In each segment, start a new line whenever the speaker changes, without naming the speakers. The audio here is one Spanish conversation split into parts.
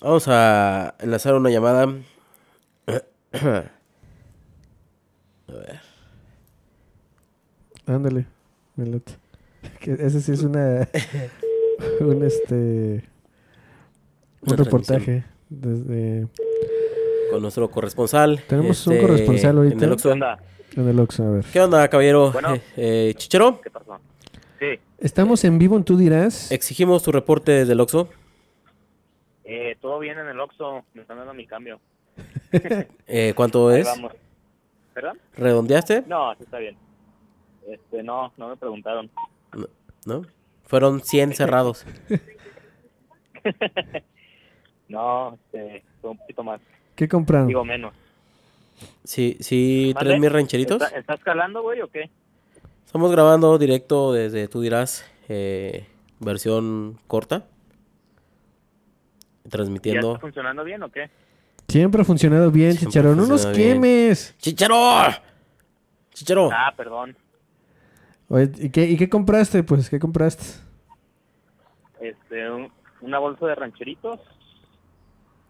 Vamos a enlazar una llamada. A ver.
Ándale, me late. Que ese sí es una. un este. Un
Una
reportaje. Desde.
Con nuestro corresponsal. este,
Tenemos un corresponsal
en
ahorita.
el Oxxo.
¿Qué onda?
En el Oxxo, a ver.
¿Qué onda, caballero?
Bueno.
Eh, eh, Chichero,
¿Qué pasó? Sí,
Estamos en vivo en Tú Dirás.
exigimos tu reporte desde el Oxxo.
eh, todo bien en el Oxxo, me están dando mi cambio.
Eh, ¿Cuánto
Ahí
es?
Vamos. ¿Perdón?
¿Redondeaste?
No, sí está bien. Este, no, no me preguntaron.
¿No? Fueron 100 cerrados.
No, este, fue un poquito más,
¿Qué
Ah.
compraron?
digo menos.
¿Sí, sí
¿Mande?
traes mis rancheritos?
¿Está- ¿Estás calando, güey, o qué?
Estamos grabando directo desde Tú Dirás, eh, versión corta.
¿Ya está
Transmitiendo.
funcionando bien o qué?
Siempre ha funcionado bien,
Siempre
Chicharón.
ha
¡No nos
funcionado bien.
quemes!
¡Chichero! ¡Chichero!
Ah, perdón.
Oye, ¿y, qué, ¿Y qué compraste? Pues, ¿qué compraste?
Este, un- una bolsa de rancheritos,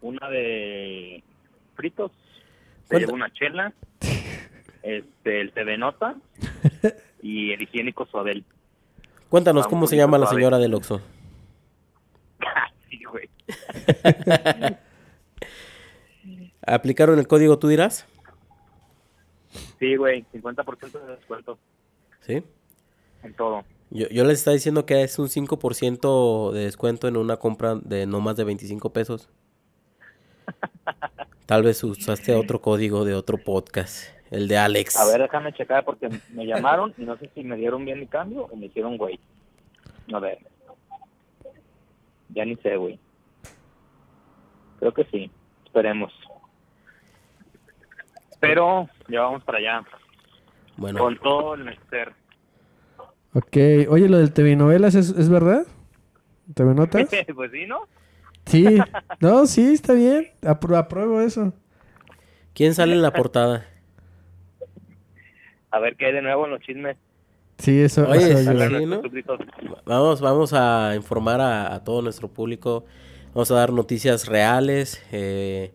una de fritos,
¿Cuánto?
se llevó una chela, este, el TV Nota y el higiénico Suabel.
Cuéntanos
Ah,
cómo
un
se llama la
poquito
señora del Oxxo.
Sí, güey.
¿Aplicaron el código Tú Dirás?
Sí, güey, 50% de descuento
Sí.
en todo.
Yo, yo les estaba diciendo que es un 5% de descuento en una compra de no más de 25 pesos. Tal vez usaste otro código de otro podcast, el de Alex.
A ver, déjame checar porque me llamaron y no sé si me dieron bien mi cambio o me hicieron güey. A ver. Ya ni sé, güey. Creo que sí. Esperemos. Pero ya vamos para allá.
Bueno,
Con todo el ser.
Ok. Oye, lo del TV Novelas, ¿es, es verdad? ¿TV Notas?
pues sí, ¿no?
Sí. No, sí, está bien. Apro- apruebo eso.
¿quién sale en la portada?
A ver qué hay de nuevo en los chismes.
Sí, eso.
Oye,
eso
sale-
ayuda.
Hablan
sí, ¿no?
nuestros gritos.
Vamos, vamos a informar a, a todo nuestro público. Vamos a dar noticias reales. eh,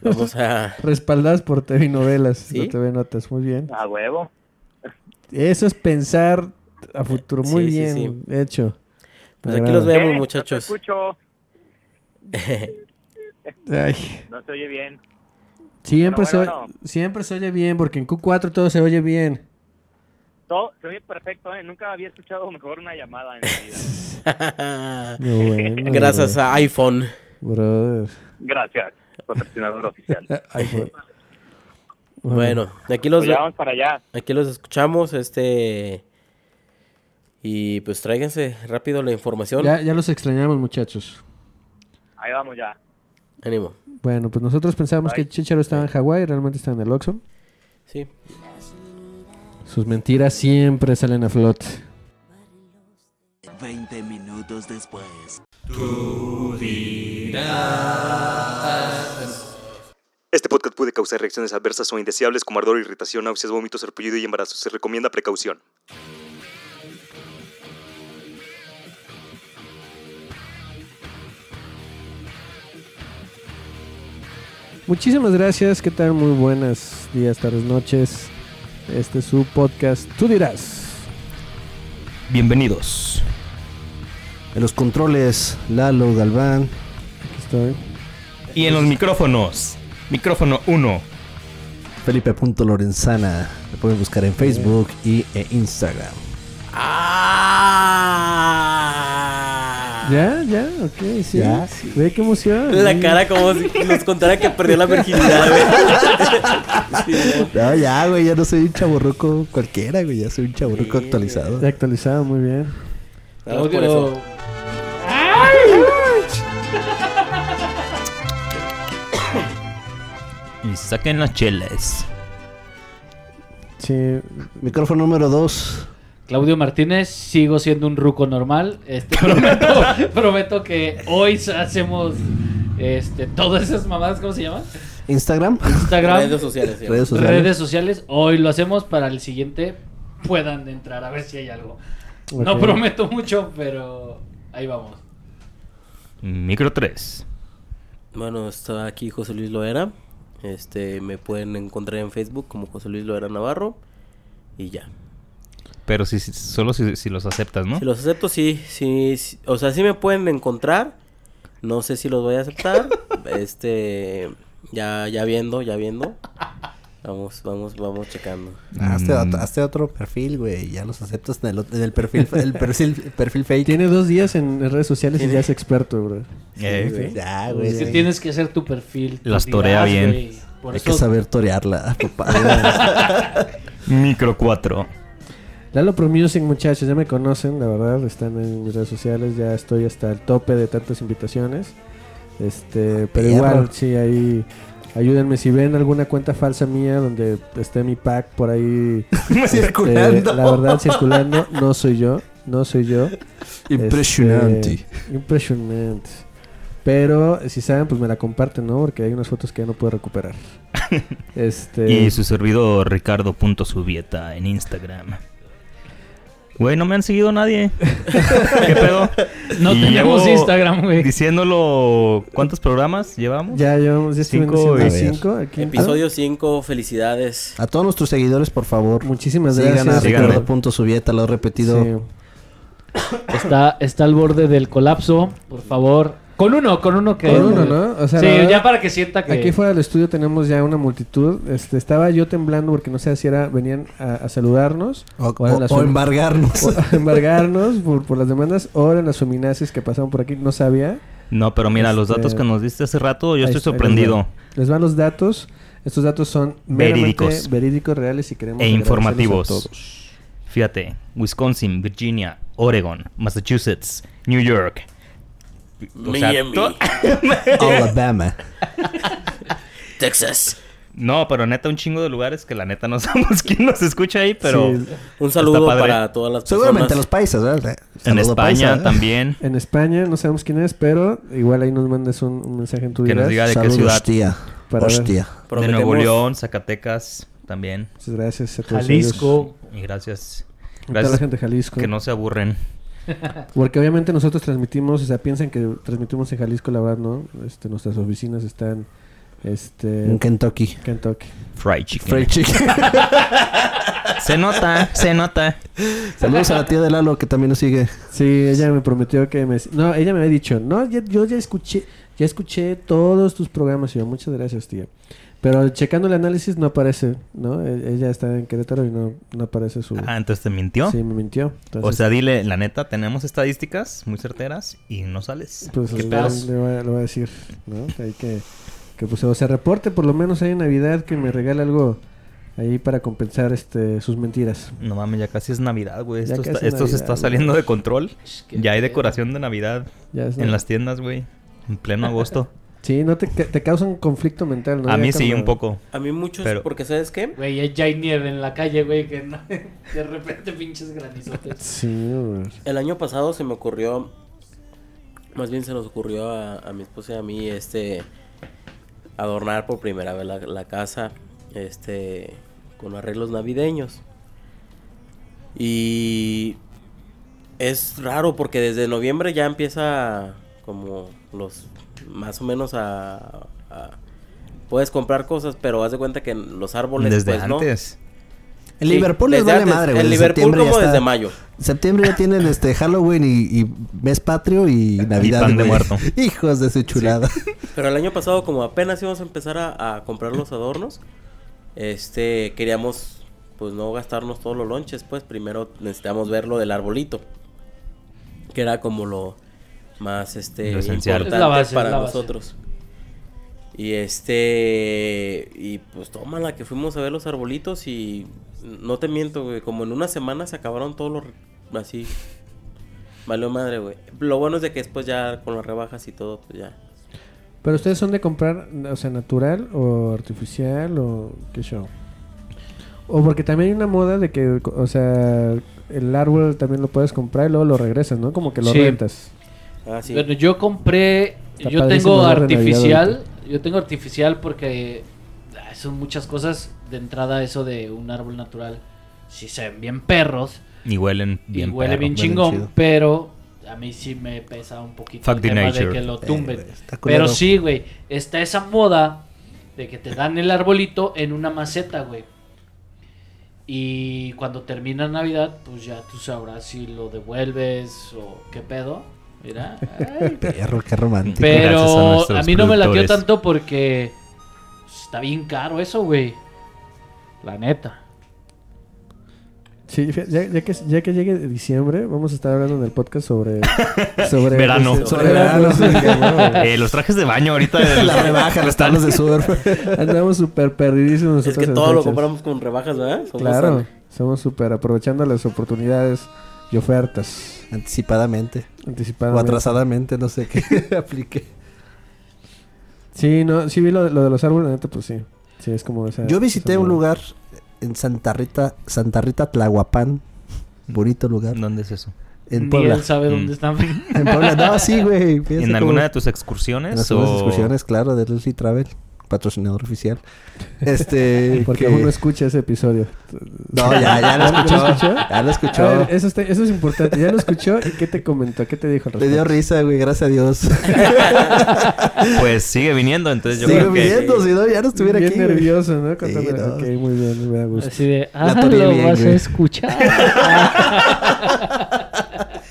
vamos a.
Respaldadas por TV Novelas,
¿Sí?
no TV Notas. Muy bien.
A huevo.
Eso es pensar a futuro. Muy
Sí, sí,
bien
sí.
hecho.
Pues
Me
aquí
agrada.
los vemos,
Eh,
muchachos.
No te escucho.
Ay,
No se oye bien.
siempre,
Bueno,
se,
bueno,
siempre se oye bien, porque en Q4 todo se oye bien.
Todo se oye perfecto, ¿eh? Nunca había escuchado mejor una llamada en mi vida.
No, bueno,
Gracias a iPhone.
Brother. Eh,
Gracias, patrocinador oficial.
Ay, bro-
Bueno, aquí los,
Pues ya vamos para allá.
aquí los escuchamos. Este. Y pues tráiganse rápido la información.
Ya, ya los extrañamos, muchachos.
Ahí vamos ya.
Ánimo.
Bueno, pues nosotros pensábamos
Bye.
que Chicharo estaba en Hawái, realmente está en el Oxxo.
Sí.
Sus mentiras siempre salen a flote.
20 minutos después.
Este podcast puede causar reacciones adversas o indeseables como ardor, irritación, náuseas, vómitos, sarpullido y embarazo. Se recomienda precaución.
Muchísimas gracias, ¿qué tal? Muy buenas días, tardes, noches. Este es su podcast, tú dirás.
Bienvenidos. En los controles, Lalo Galván.
Aquí estoy.
Y en los micrófonos. Micrófono 1.
Felipe.lorenzana. Lo pueden buscar en Facebook y en Instagram.
¿Ya? ¿Ya? Ok, sí.
Ya.
Ve qué emoción.
La
Ve.
cara como si nos contara que perdió la virginidad, güey.
No, Ah, ya, güey, ya no soy un chaborruco cualquiera, güey. Ya soy un chaborruco actualizado.
Está actualizado, muy bien.
Nada más por eso.
Y saquen las chelas.
Sí.
Micrófono número 2.
Claudio Martínez, sigo siendo un ruco normal. Este, prometo, prometo que hoy hacemos este, todas esas mamadas, ¿cómo se llama?
Instagram.
Instagram,
Redes sociales. sí.
Redes sociales.
redes sociales. Hoy lo hacemos para el siguiente puedan entrar a ver si hay algo. No
Ok.
prometo mucho, pero ahí vamos.
Micro 3.
Bueno, está aquí José Luis Loera. Este, me pueden encontrar en Facebook como José Luis Loera Navarro. Y ya.
Pero si, si- solo si, si los aceptas, ¿no?
Si los acepto, sí, sí, sí. O sea, sí me pueden encontrar. No sé si los voy a aceptar. este, ya, ya viendo, ya viendo. Vamos, vamos, vamos checando.
Ah, Hazte,
Mm.
ot- hazte otro perfil, güey. Ya los aceptas en el, ot- en el perfil, el perfil, perfil fake.
Tiene dos días en redes sociales y ya es experto, bro.
Eh,
Ya, güey.
Es que tienes que hacer tu perfil. tú
Las
dirás,
torea bien.
güey. Por
Hay
eso
que saber torearla, papá.
Micro 4.
Lalo Pro Music, muchachos, ya me conocen, la verdad, están en mis redes sociales, ya estoy hasta el tope de tantas invitaciones. Este, pero
Perro.
igual, sí, ahí ayúdenme si ven alguna cuenta falsa mía donde esté mi pack por ahí este, la verdad circulando, no soy yo, no soy yo.
Impresionante.
Este, impresionante. Pero si saben, pues me la comparten, ¿no? Porque hay unas fotos que ya no puedo recuperar. Este
Y su servidor Ricardo.subieta en Instagram. Güey, no me han seguido nadie. ¿Qué pedo?
No
Y
tenemos
llevo
Instagram, güey.
Diciéndolo, ¿cuántos programas llevamos?
ya llevamos ya estuvieron
Cinco
haciendo
y-
cinco, el quinto.
Episodio 5, felicidades.
A todos nuestros seguidores, por favor.
Ah, Muchísimas
Sigan a
gracias.
Síganme.
Ricardo Punto Subieta, lo he repetido.
Sí.
Está, está al borde del colapso, por favor. Con uno, con uno que.
Con uno, ¿no? O sea,
sí,
la verdad,
ya para que sienta que.
Eh.
Aquí fuera del estudio tenemos ya una multitud. Este, estaba yo temblando porque no sé si era venían a, a saludarnos
O,
o eran
o-
las
o
fem-
embargarnos.
o a embargarnos por, por las demandas o eran las feminaces que pasaron por aquí. No sabía.
No, pero mira, los
Este-
datos que nos diste hace rato,
Ahí
yo estoy
está, ahí
sorprendido.
Les van, Les van los datos. Estos datos son meramente
Verídicos.
verídicos, reales y queremos
E
agradecerles a
informativos.
todos.
Fíjate, Wisconsin, Virginia, Oregon, Massachusetts, New York. O sea,
Miami,
to-
Alabama.
Texas.
no, pero neta, un chingo de lugares que la neta no sabemos quién nos escucha ahí, pero
Sí,
Un saludo
padre.
para todas las personas.
Seguramente los paisas, ¿verdad?
en
Saludo
España
paisa, ¿eh?
también.
En España, no sabemos quién es, pero igual ahí nos mandes un, un mensaje en tu
Que nos diga de qué
Saludos,
ciudad.
tía.
Para ver.
Hostia.
De
Prometemos-
Nuevo León, Zacatecas también.
Muchas gracias a todos ellos.
Jalisco.
Y gracias.
A toda la
Gracias.
gente de Jalisco.
Que no se aburren.
Porque obviamente nosotros transmitimos, o sea, piensan que transmitimos en Jalisco, la verdad, ¿no? Este, nuestras oficinas están este,
En Kentucky.
Kentucky.
Fried chicken.
Fried chicken.
Se nota, se nota.
Saludos a la tía de Lalo que también nos sigue.
Sí, ella me prometió que me... No, ella me había dicho, no, ya- yo ya escuché, ya escuché todos tus programas y yo, muchas gracias, tía. Pero checando el análisis no aparece, ¿no? E- Ella está en Querétaro y no, no aparece su...
Ah, entonces te mintió.
Sí, me mintió. Entonces,
o sea, dile, la neta, tenemos estadísticas muy certeras y no sales.
pues
¿Qué
le,
pedos?
le voy a, le voy a decir, ¿no? Que hay que... Que pues o sea, reporte por lo menos ahí en Navidad que me regale algo ahí para compensar este sus mentiras.
No mames, ya casi es Navidad, güey.
Ya
Esto, está-
casi es
esto se
Navidad,
está
güey.
saliendo de control.
qué
Ya hay
pedo.
decoración de Navidad
Ya es
en
Navidad.
las tiendas, güey. En pleno agosto.
Sí, no te, ca- te causan conflicto mental, ¿no?
A
Ya
mí sí,
cuando-
un poco.
A mí muchos,
Pero-
porque ¿sabes qué?
Güey, hay- ya hay nieve en la calle, güey, que no- de repente pinches granizotes.
Sí, güey.
El año pasado se me ocurrió, más bien se nos ocurrió a, a mi esposa y a mí, este, adornar por primera vez la, la casa, este, con arreglos navideños. Y es raro porque desde noviembre ya empieza como los, más o menos a... a- Puedes comprar cosas, pero haz de cuenta que los árboles
Desde
pues, no.
antes.
En
Sí,
Liverpool les
desde
vale
antes.
madre, güey.
En
desde
Liverpool
septiembre ya
como
está-
desde mayo.
Septiembre ya tienen este Halloween y, y mes patrio y Navidad.
pan de
güey.
muerto.
Hijos de su chulada.
Pero el año pasado, como apenas íbamos a empezar a, a comprar los adornos, este, queríamos, pues, no gastarnos todos los lonches, pues, primero necesitamos ver lo del arbolito, que era como lo más, este,
Lo esencial.
importante
Es la base,
para
es la base.
nosotros. Y este, y pues, toma la que fuimos a ver los arbolitos y no te miento, güey, como en una semana se acabaron todos los, así, valió madre, güey. Lo bueno es de que después ya con las rebajas y todo, pues, ya.
Pero ustedes son de comprar, o sea, natural o artificial o qué show. O porque también hay una moda de que, o sea, el árbol también lo puedes comprar y luego lo regresas, ¿no? Como que lo
Sí.
rentas.
Ah, sí.
Bueno, yo compré.
Está
yo
padrísimo
tengo
el árbol de Navidad
artificial. Yo tengo artificial porque ah, son muchas cosas. De entrada, eso de un árbol natural. Si se ven bien perros.
Y huelen
y
bien.
huele
perro.
bien
huelen
chingón.
chido.
Pero a mí sí me pesa un poquito
Fuck
el
the
tema de
nature.
que lo
Eh,
tumben.
güey, está culero.
Pero sí, güey, está esa moda de que te dan el arbolito en una maceta, güey. Y cuando termina Navidad, pues ya tú sabrás si lo devuelves o qué pedo. Mira. ay,
Perro, qué romántico.
gracias a
Pero
nuestros
a mí no me la quiero
productores.
tanto porque está bien caro eso, güey. La neta.
Sí, fíjate, ya, ya que, ya que llegue diciembre, vamos a estar hablando en el podcast sobre... sobre
Verano.
Sobre, verano. sí, cabrón.
Eh, los trajes de baño ahorita. de-
La rebaja, los tablos de surf.
Andamos súper perdidísimos
Pues
nosotros.
Es que
en
todo lo
fechas.
compramos con rebajas, ¿verdad? Somos
Claro,
tan-
somos súper aprovechando las oportunidades y ofertas
Anticipadamente. O
anticipadamente.
atrasadamente, no sé qué aplique.
Sí, no, sí vi lo, lo de los árboles, la neta, pues sí. Sí, es como esa...
Yo visité
esa
un
moda.
lugar en Santa Rita, Santa Rita Tlahuapán.
Mm.
Bonito lugar.
¿Dónde es eso?
En
Ni
Puebla.
él sabe
Mm.
dónde están.
En Puebla. No, sí, güey. fíjate
¿En
cómo-
alguna de tus
En
excursiones?
las últimas
o-
excursiones, claro, de Leslie Travel. Patrocinador oficial. Este.
Porque
que-
aún no escucha ese episodio.
No, ya, ya lo
¿No
escuchó.
escuchó?
Ya lo escuchó.
A ver, eso, está- eso es importante. Ya lo escuchó y qué te comentó, qué te dijo al
Le dio
respecto?
risa, güey, gracias a Dios.
Pues sigue viniendo, entonces yo
Sigo
creo que...
viniendo, si no, ya no estuviera
bien
aquí. güey.
nervioso, ¿no? Cuando
Sí,
me-
no.
Ok, muy bien, me da gusto.
Así de,
La
ah,
toré
lo
bien,
vas
güey.
a escuchar.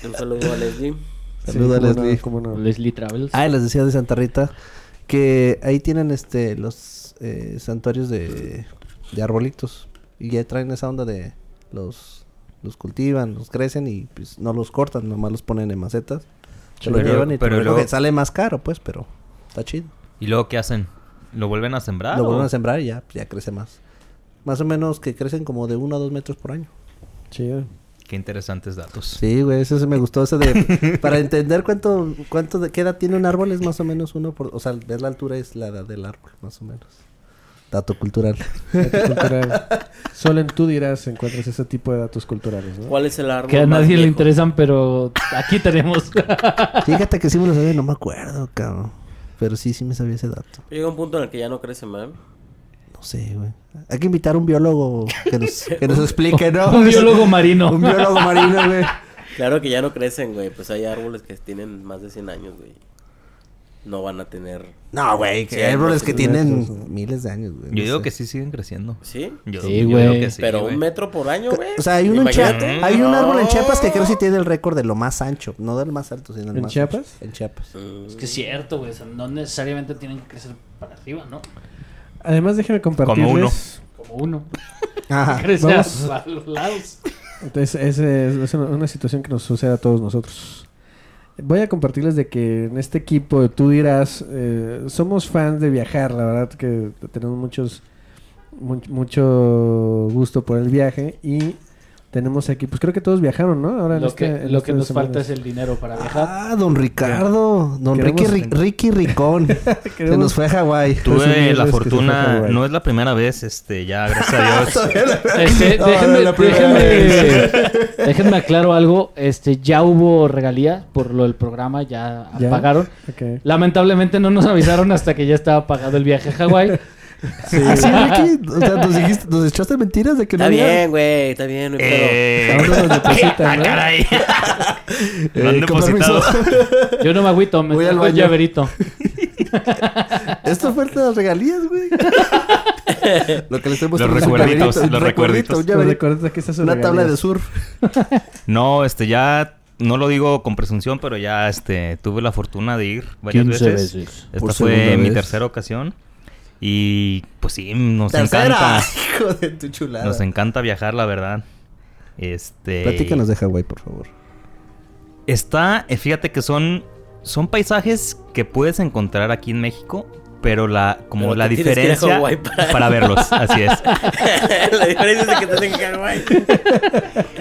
Un saludo a Leslie.
Saluda a
cómo no,
Leslie.
cómo no.
Leslie Travels.
Ah, y les decía de Santa Rita que ahí tienen este los eh, santuarios de, de arbolitos y ya traen esa onda de los los cultivan, los crecen y pues no los cortan, nomás los ponen en macetas. Se los
Pero-
llevan y
pero
pero
luego-
sale más caro, pues, pero está chido.
¿Y luego qué hacen? ¿Lo vuelven a sembrar?
Lo
o-
vuelven a sembrar y ya, pues, ya crece más. Más o menos que crecen como de uno a dos metros por año.
Chido.
Qué interesantes datos.
Sí, güey, eso se me gustó, ese de... para entender cuánto, cuánto de, qué edad tiene un árbol es más o menos uno por... O sea, ver la altura es la edad del árbol, más o menos. Dato cultural.
Dato cultural. Solo en tú dirás encuentras ese tipo de datos culturales, ¿no?
¿Cuál es el árbol?
que a
más
nadie le
viejo?
interesan, pero aquí tenemos.
Fíjate que sí me lo sabía, no me acuerdo, cabrón. Pero sí, sí me sabía ese dato.
Llega un punto en el que ya no crece, ¿verdad?
No sé, güey. Hay que invitar a un biólogo que nos, que nos explique, ¿no?
un biólogo marino.
Un biólogo marino, güey.
Claro que ya no crecen, güey. Pues hay árboles que tienen más de 100 años, güey. No van a tener.
No, güey, que
Sí,
hay árboles que
sí,
tienen miles de años, güey.
Yo digo que sí siguen creciendo.
¿Sí?
Yo,
Sí,
yo
güey.
digo que sí,
Pero
güey.
un metro por año, güey.
O sea, hay uno en
Imagínate.
Chiapas, hay un
No.
árbol en Chiapas que creo que sí tiene el récord de lo más ancho, no del más alto, sino el
¿En
más
Chiapas?
ancho. En Chiapas.
Mm.
Es que es cierto, güey. o sea, no necesariamente tienen que crecer para arriba, ¿no?
Además, déjenme compartirles...
uno.
Como uno.
Ajá.
Crece
vamos.
a, a los lados.
Entonces, ese es, es una, una situación que nos sucede a todos nosotros. Voy a compartirles de que en este equipo, de tú dirás, eh, somos fans de viajar, la verdad que tenemos muchos, mu- mucho gusto por el viaje y tenemos aquí, pues creo que todos viajaron, ¿no? Ahora en
Lo
este-
que,
en
lo
estas
que nos
semanas.
falta es el dinero para viajar.
Ah, don Ricardo, don
Queremos-
Ricky, Ri- Ricky Ricón. Se
Queremos-
nos fue a Hawái.
Tuve
Presumir
la
es que se fue a
fortuna,
Hawái.
no es la primera vez, este, ya, gracias a Dios.
Este,
No,
déjenme,
la primera
déjenme, déjenme aclaro algo. Este, ya hubo regalías por lo del programa, ya,
¿Ya?
pagaron.
Ok.
Lamentablemente no nos avisaron hasta que ya estaba pagado el viaje a Hawái.
Ah, sí, Ricky. O sea, nos, dijiste, nos echaste mentiras de que no
Está
había.
bien, güey. Está bien, no hay pedo.
Eh,
Ahora nos
ah,
depositan, ¿no?
caray. Lo han
Eh, con
depositado.
permiso.
Yo no me agüito, me
Voy al
trajo el
baño.
llaverito.
Esto fue de las regalías, güey. Lo que les hemos
Los recuerditos, los recuerditos.
un
Pero
llaverito,
Pues recuerda que estas son
Una tabla de
regalías.
surf.
No, este, ya, no lo digo con presunción, pero ya, este, tuve la fortuna de ir varias veces. Esta
Por
fue
segunda
mi
vez.
tercera ocasión. Y, pues sí, nos
Tercera.
encanta.
Hijo de tu
Ah,
chulada.
Nos encanta viajar, la verdad. Este...
Platícanos de Hawái, por favor.
Está, eh, fíjate que son, son paisajes que puedes encontrar aquí en México, pero la, como
Pero
la
te tienes que ir a
diferencia
Hawái para-
para... verlos, así es.
La diferencia es que estás en Hawái.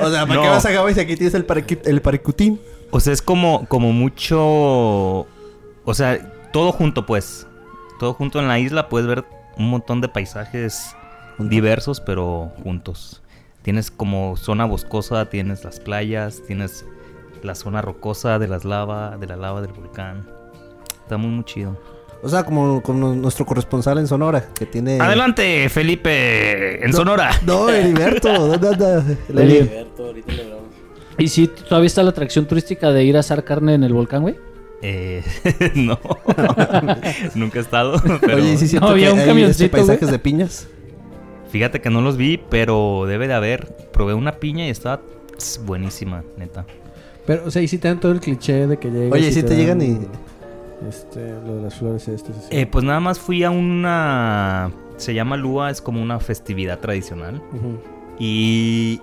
O sea, ¿para
No.
qué vas a Hawái si aquí tienes el, parqui- el paricutín?
O sea, es como, como mucho, o sea, todo junto pues, todo junto en la isla puedes ver un montón de paisajes diversos, pero juntos. Tienes como zona boscosa, tienes las playas, tienes la zona rocosa de las lava, de la lava del volcán. Está muy, muy chido.
O sea, como, como nuestro corresponsal en Sonora, que tiene...
Adelante, Felipe, en Sonora.
No, Heriberto, ¿dónde anda?
Felipe.
Alberto, ahorita le hablamos.
¿Y si todavía está la atracción turística de ir a asar carne en el volcán, güey?
Eh, no, nunca he estado. Pero
Oye, ¿y sí es cierto
No, había
que
un
hay,
camioncito,
este, paisajes
güey.
de piñas.
Fíjate que no los vi, pero debe de haber. Probé una piña y estaba tss, buenísima, neta.
Pero, o sea, y si te dan todo el cliché de que llegan.
Oye, sí te llegan y...
Este, lo de las flores, esto, así.
Eh, pues nada más fui a una... Se llama Lua, es como una festividad tradicional.
Ujú.
Y,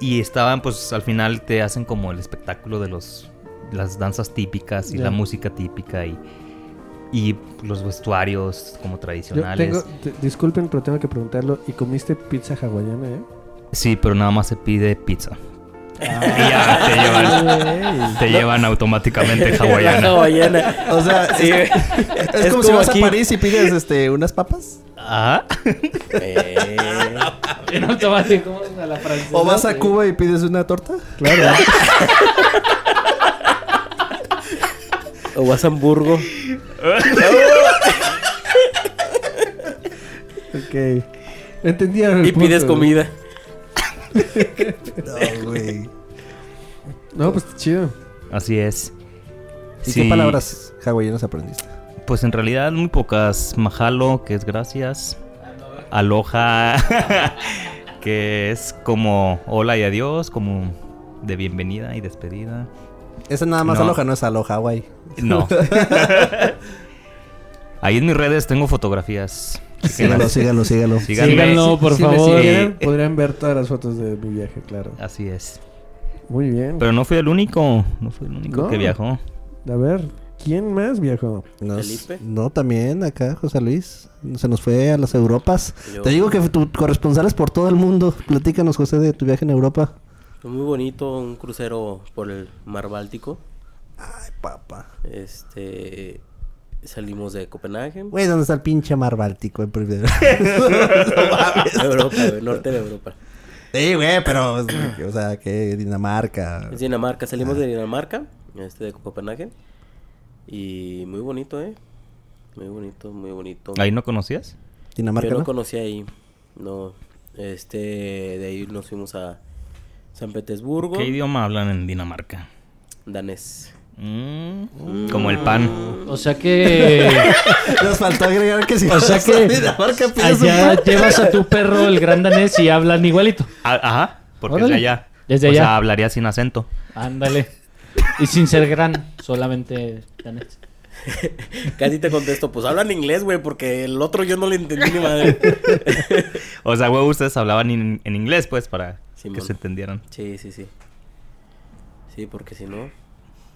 y estaban, pues al final te hacen como el espectáculo de los, las danzas típicas y
Ya.
la música típica y, y los vestuarios como
Yo
tradicionales.
tengo, te- disculpen, pero tengo que preguntarlo. ¿Y comiste pizza hawaiana, eh?
Sí, pero nada más se pide pizza.
Ah.
Y ya te llevan,
Güey.
te llevan automáticamente hawaiana.
hawaiana.
O sea, es,
Sí, güey.
es como, si
como
vas
aquí.
a París y pides este, unas papas.
Ah,
Eh,
En automático, vamos a la francesa.
O vas a Cuba y pides una torta.
Claro.
o vas a Hamburgo.
ok. Entendieron. el
Y pides
punto,
comida.
No, güey.
güey. No, pues chido.
así es.
¿Y
Sí,
qué palabras hawaianas aprendiste?
Pues en realidad muy pocas. Mahalo, que es gracias. Aloha, que es como hola y adiós, como de bienvenida y despedida.
Esa nada más
No.
aloja, no es aloja, güey.
No. Ahí en mis redes tengo fotografías.
Sígalo, sígalo, sígalo.
Síganme.
Síganlo, Oh, por
Si me
favor.
siguieran,
Eh.
podrían ver todas las fotos de mi viaje, claro.
Así es.
Muy bien.
Pero no fui el único. No fui el único
No.
que viajó.
A ver, ¿quién más viajó?
Nos-
Felipe.
no, también acá, José Luis. Se nos fue a las Europas.
Yo.
Te digo que tu corresponsal es por todo el mundo. Platícanos, José, de tu viaje en Europa.
Fue Pues muy bonito, un crucero por el mar Báltico.
Ay, papá.
Este salimos de Copenhague.
Güey, ¿dónde está el pinche mar Báltico? En primero?
Europa, güey, norte de Europa.
sí, güey, pero... O sea, que Dinamarca.
Es Dinamarca, salimos de Dinamarca, este de Copenhague. Y muy bonito, eh. Muy bonito, muy bonito.
¿Ahí no conocías?
Dinamarca,
Yo no
¿no?
conocí ahí. No. Este, de ahí nos fuimos a San Petersburgo.
¿Qué idioma hablan en Dinamarca?
Danés.
Mm, como el pan.
O sea que.
Nos faltó agregar que si
O sea
vas a
que
Dinamarca, pides un
allá
mar.
llevas a tu perro el gran danés y hablan igualito.
A- Ah, Ajá, porque
Órale.
es de allá.
Desde
O
allá.
sea, hablaría sin acento.
Ándale. Y sin ser gran, solamente danés.
Casi te contesto, pues hablan inglés, güey, porque el otro yo no le entendí ni madre.
O sea, güey, ustedes hablaban in- en inglés, pues, para que
Simón.
se entendieran.
Ah,
Sí, sí, sí. Sí, porque si no,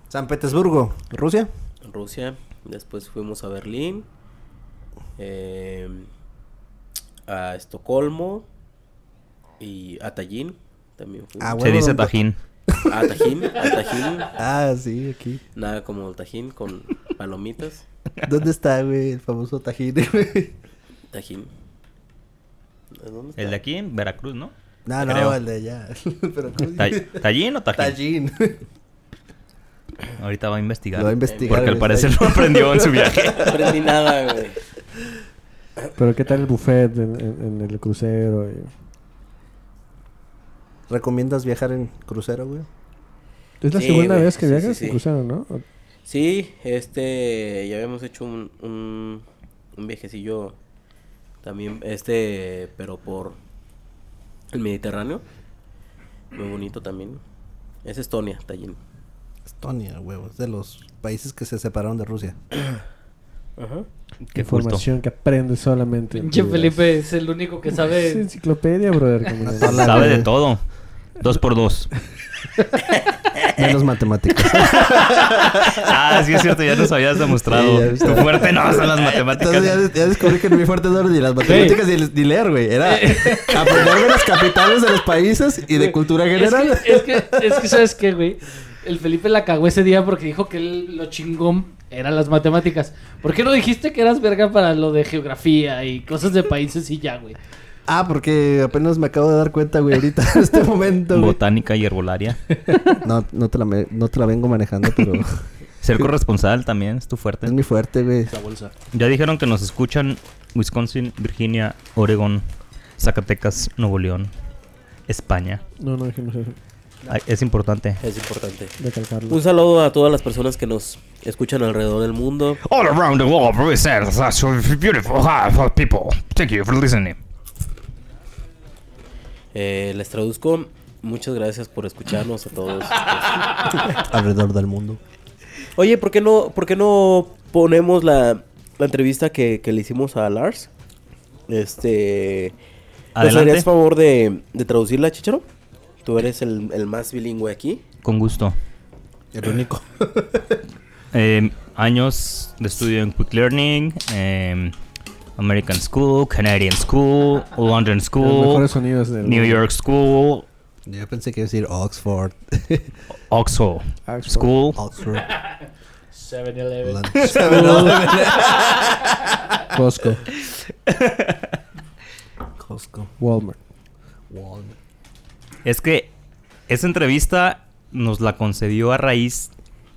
San Petersburgo, Rusia.
Rusia. Después fuimos a Berlín. eh, a Estocolmo. Y a Tallinn también fuimos.
Ah,
se
Bueno,
dice
don-
tajín.
A Tajín, a Tajín.
Ah, sí, aquí.
Nada como el Tajín con palomitas.
¿Dónde está, güey, el famoso Tajín, güey?
Tajín. ¿Dónde está?
El de aquí, en Veracruz, ¿no?
No, no,
Creo.
el de allá. Pero, ¿cómo se
Ta-
dice?
¿Tallín o tajín?
Tajín.
Ahorita va a investigar.
Lo va a investigar.
Porque al
güey,
parecer
Tajín.
no aprendió en su viaje.
No aprendí nada, güey.
Pero ¿qué tal el buffet en, en- en el crucero? Y-
¿Recomiendas viajar en crucero, güey?
Es la
Sí,
segunda
güey.
vez que
Sí,
viajas
sí,
en
sí.
crucero, ¿no? O-
Sí, este, ya habíamos hecho un, un, un viajecillo también, este, pero por el Mediterráneo. Muy bonito también. Es Estonia, Tallinn.
Estonia, güey, es de los países que se separaron de Rusia.
Ajá.
Qué justo.
información que aprendes solamente. en
Pinche
tu vida.
Felipe es el único que
Es
sabe.
enciclopedia, brother. como no.
Hola,
Sabe
güey.
de todo. Dos por dos.
Menos matemáticas.
Ah, sí es cierto, ya nos habías demostrado.
Sí, ya
tu fuerte no son las
Entonces ya,
matemáticas.
des- ya descubrí que mi fuerte no era ni las matemáticas ni, ni leer, güey. Era aprenderme las capitales de los países y de cultura
Es
general.
que, es que, es que, ¿sabes qué, güey? El Felipe la cagó ese día porque dijo que él lo chingón eran las matemáticas. ¿Por qué no dijiste que eras verga para lo de geografía y cosas de países y ya, güey?
Ah, porque apenas me acabo de dar cuenta, güey, ahorita, en este momento, güey.
Botánica y herbolaria.
No, no te, la me- no te la vengo manejando, pero
Ser corresponsal también es tu fuerte.
es mi fuerte, güey.
Ya dijeron que nos escuchan Wisconsin, Virginia, Oregón, Zacatecas, Nuevo León, España.
No, no dijimos eso.
Ay, Es importante.
Es importante.
Recalcarlo.
Un saludo a todas las personas que nos escuchan alrededor del mundo.
All around the world, very sad, that's so beautiful, ah, people. Thank you for listening.
Eh, les traduzco. Muchas gracias por escucharnos a todos.
Alrededor del mundo.
Oye, ¿por qué no, por qué no ponemos la, la entrevista que, que le hicimos a Lars? Este. ¿Nos
Adelante.
harías favor de, de traducirla, Chicharo? Tú eres el, el más bilingüe aquí.
Con gusto.
El único.
Eh, años de estudio en Quick Learning, eh, American School, Canadian School, London
uh,
Los
School,
mejores sonidos del
New York School,
Yo pensé que iba a decir Oxford.
Oxford,
Oxford.
School,
Oxford.
7-Eleven.
Lunch.
Costco,
Costco.
Walmart.
Walmart.
Es que esa entrevista nos la concedió a raíz.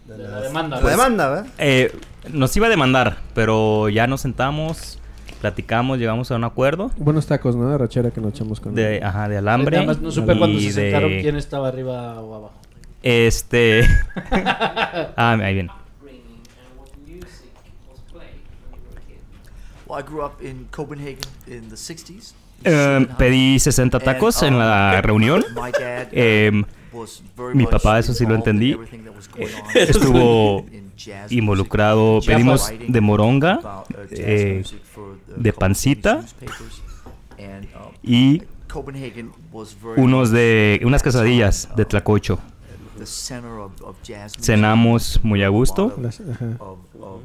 De la demanda.
La
güey.
demanda, ¿verdad?
eh, nos iba a demandar, pero ya nos sentamos, platicamos, llegamos a un acuerdo
Buenos tacos, ¿no? De rachera que nos echamos con.
de, ajá, de alambre.
Nada más no supe
y
cuando se
de-
sentaron quién estaba arriba o abajo.
Este. ah, ahí viene.
Well, I grew up in Copenhagen in the 60s.
Eh, pedí 60 tacos
oh
en la reunión.
My dad
Em,
was very
mi
much
papá, eso sí lo
involved in
entendí,
everything that was going on
estuvo
in jazz music.
involucrado.
Jazz
Pedimos
writing
de moronga,
about, uh, jazz
eh,
music for the
de
Copenhagen
pancita
newspapers. And, uh,
y
Copenhagen was very
unos
much
de unas quesadillas de tlacocho.
the center of- of jazz music.
Cenamos muy a gusto.
Las- ajá.
Of- of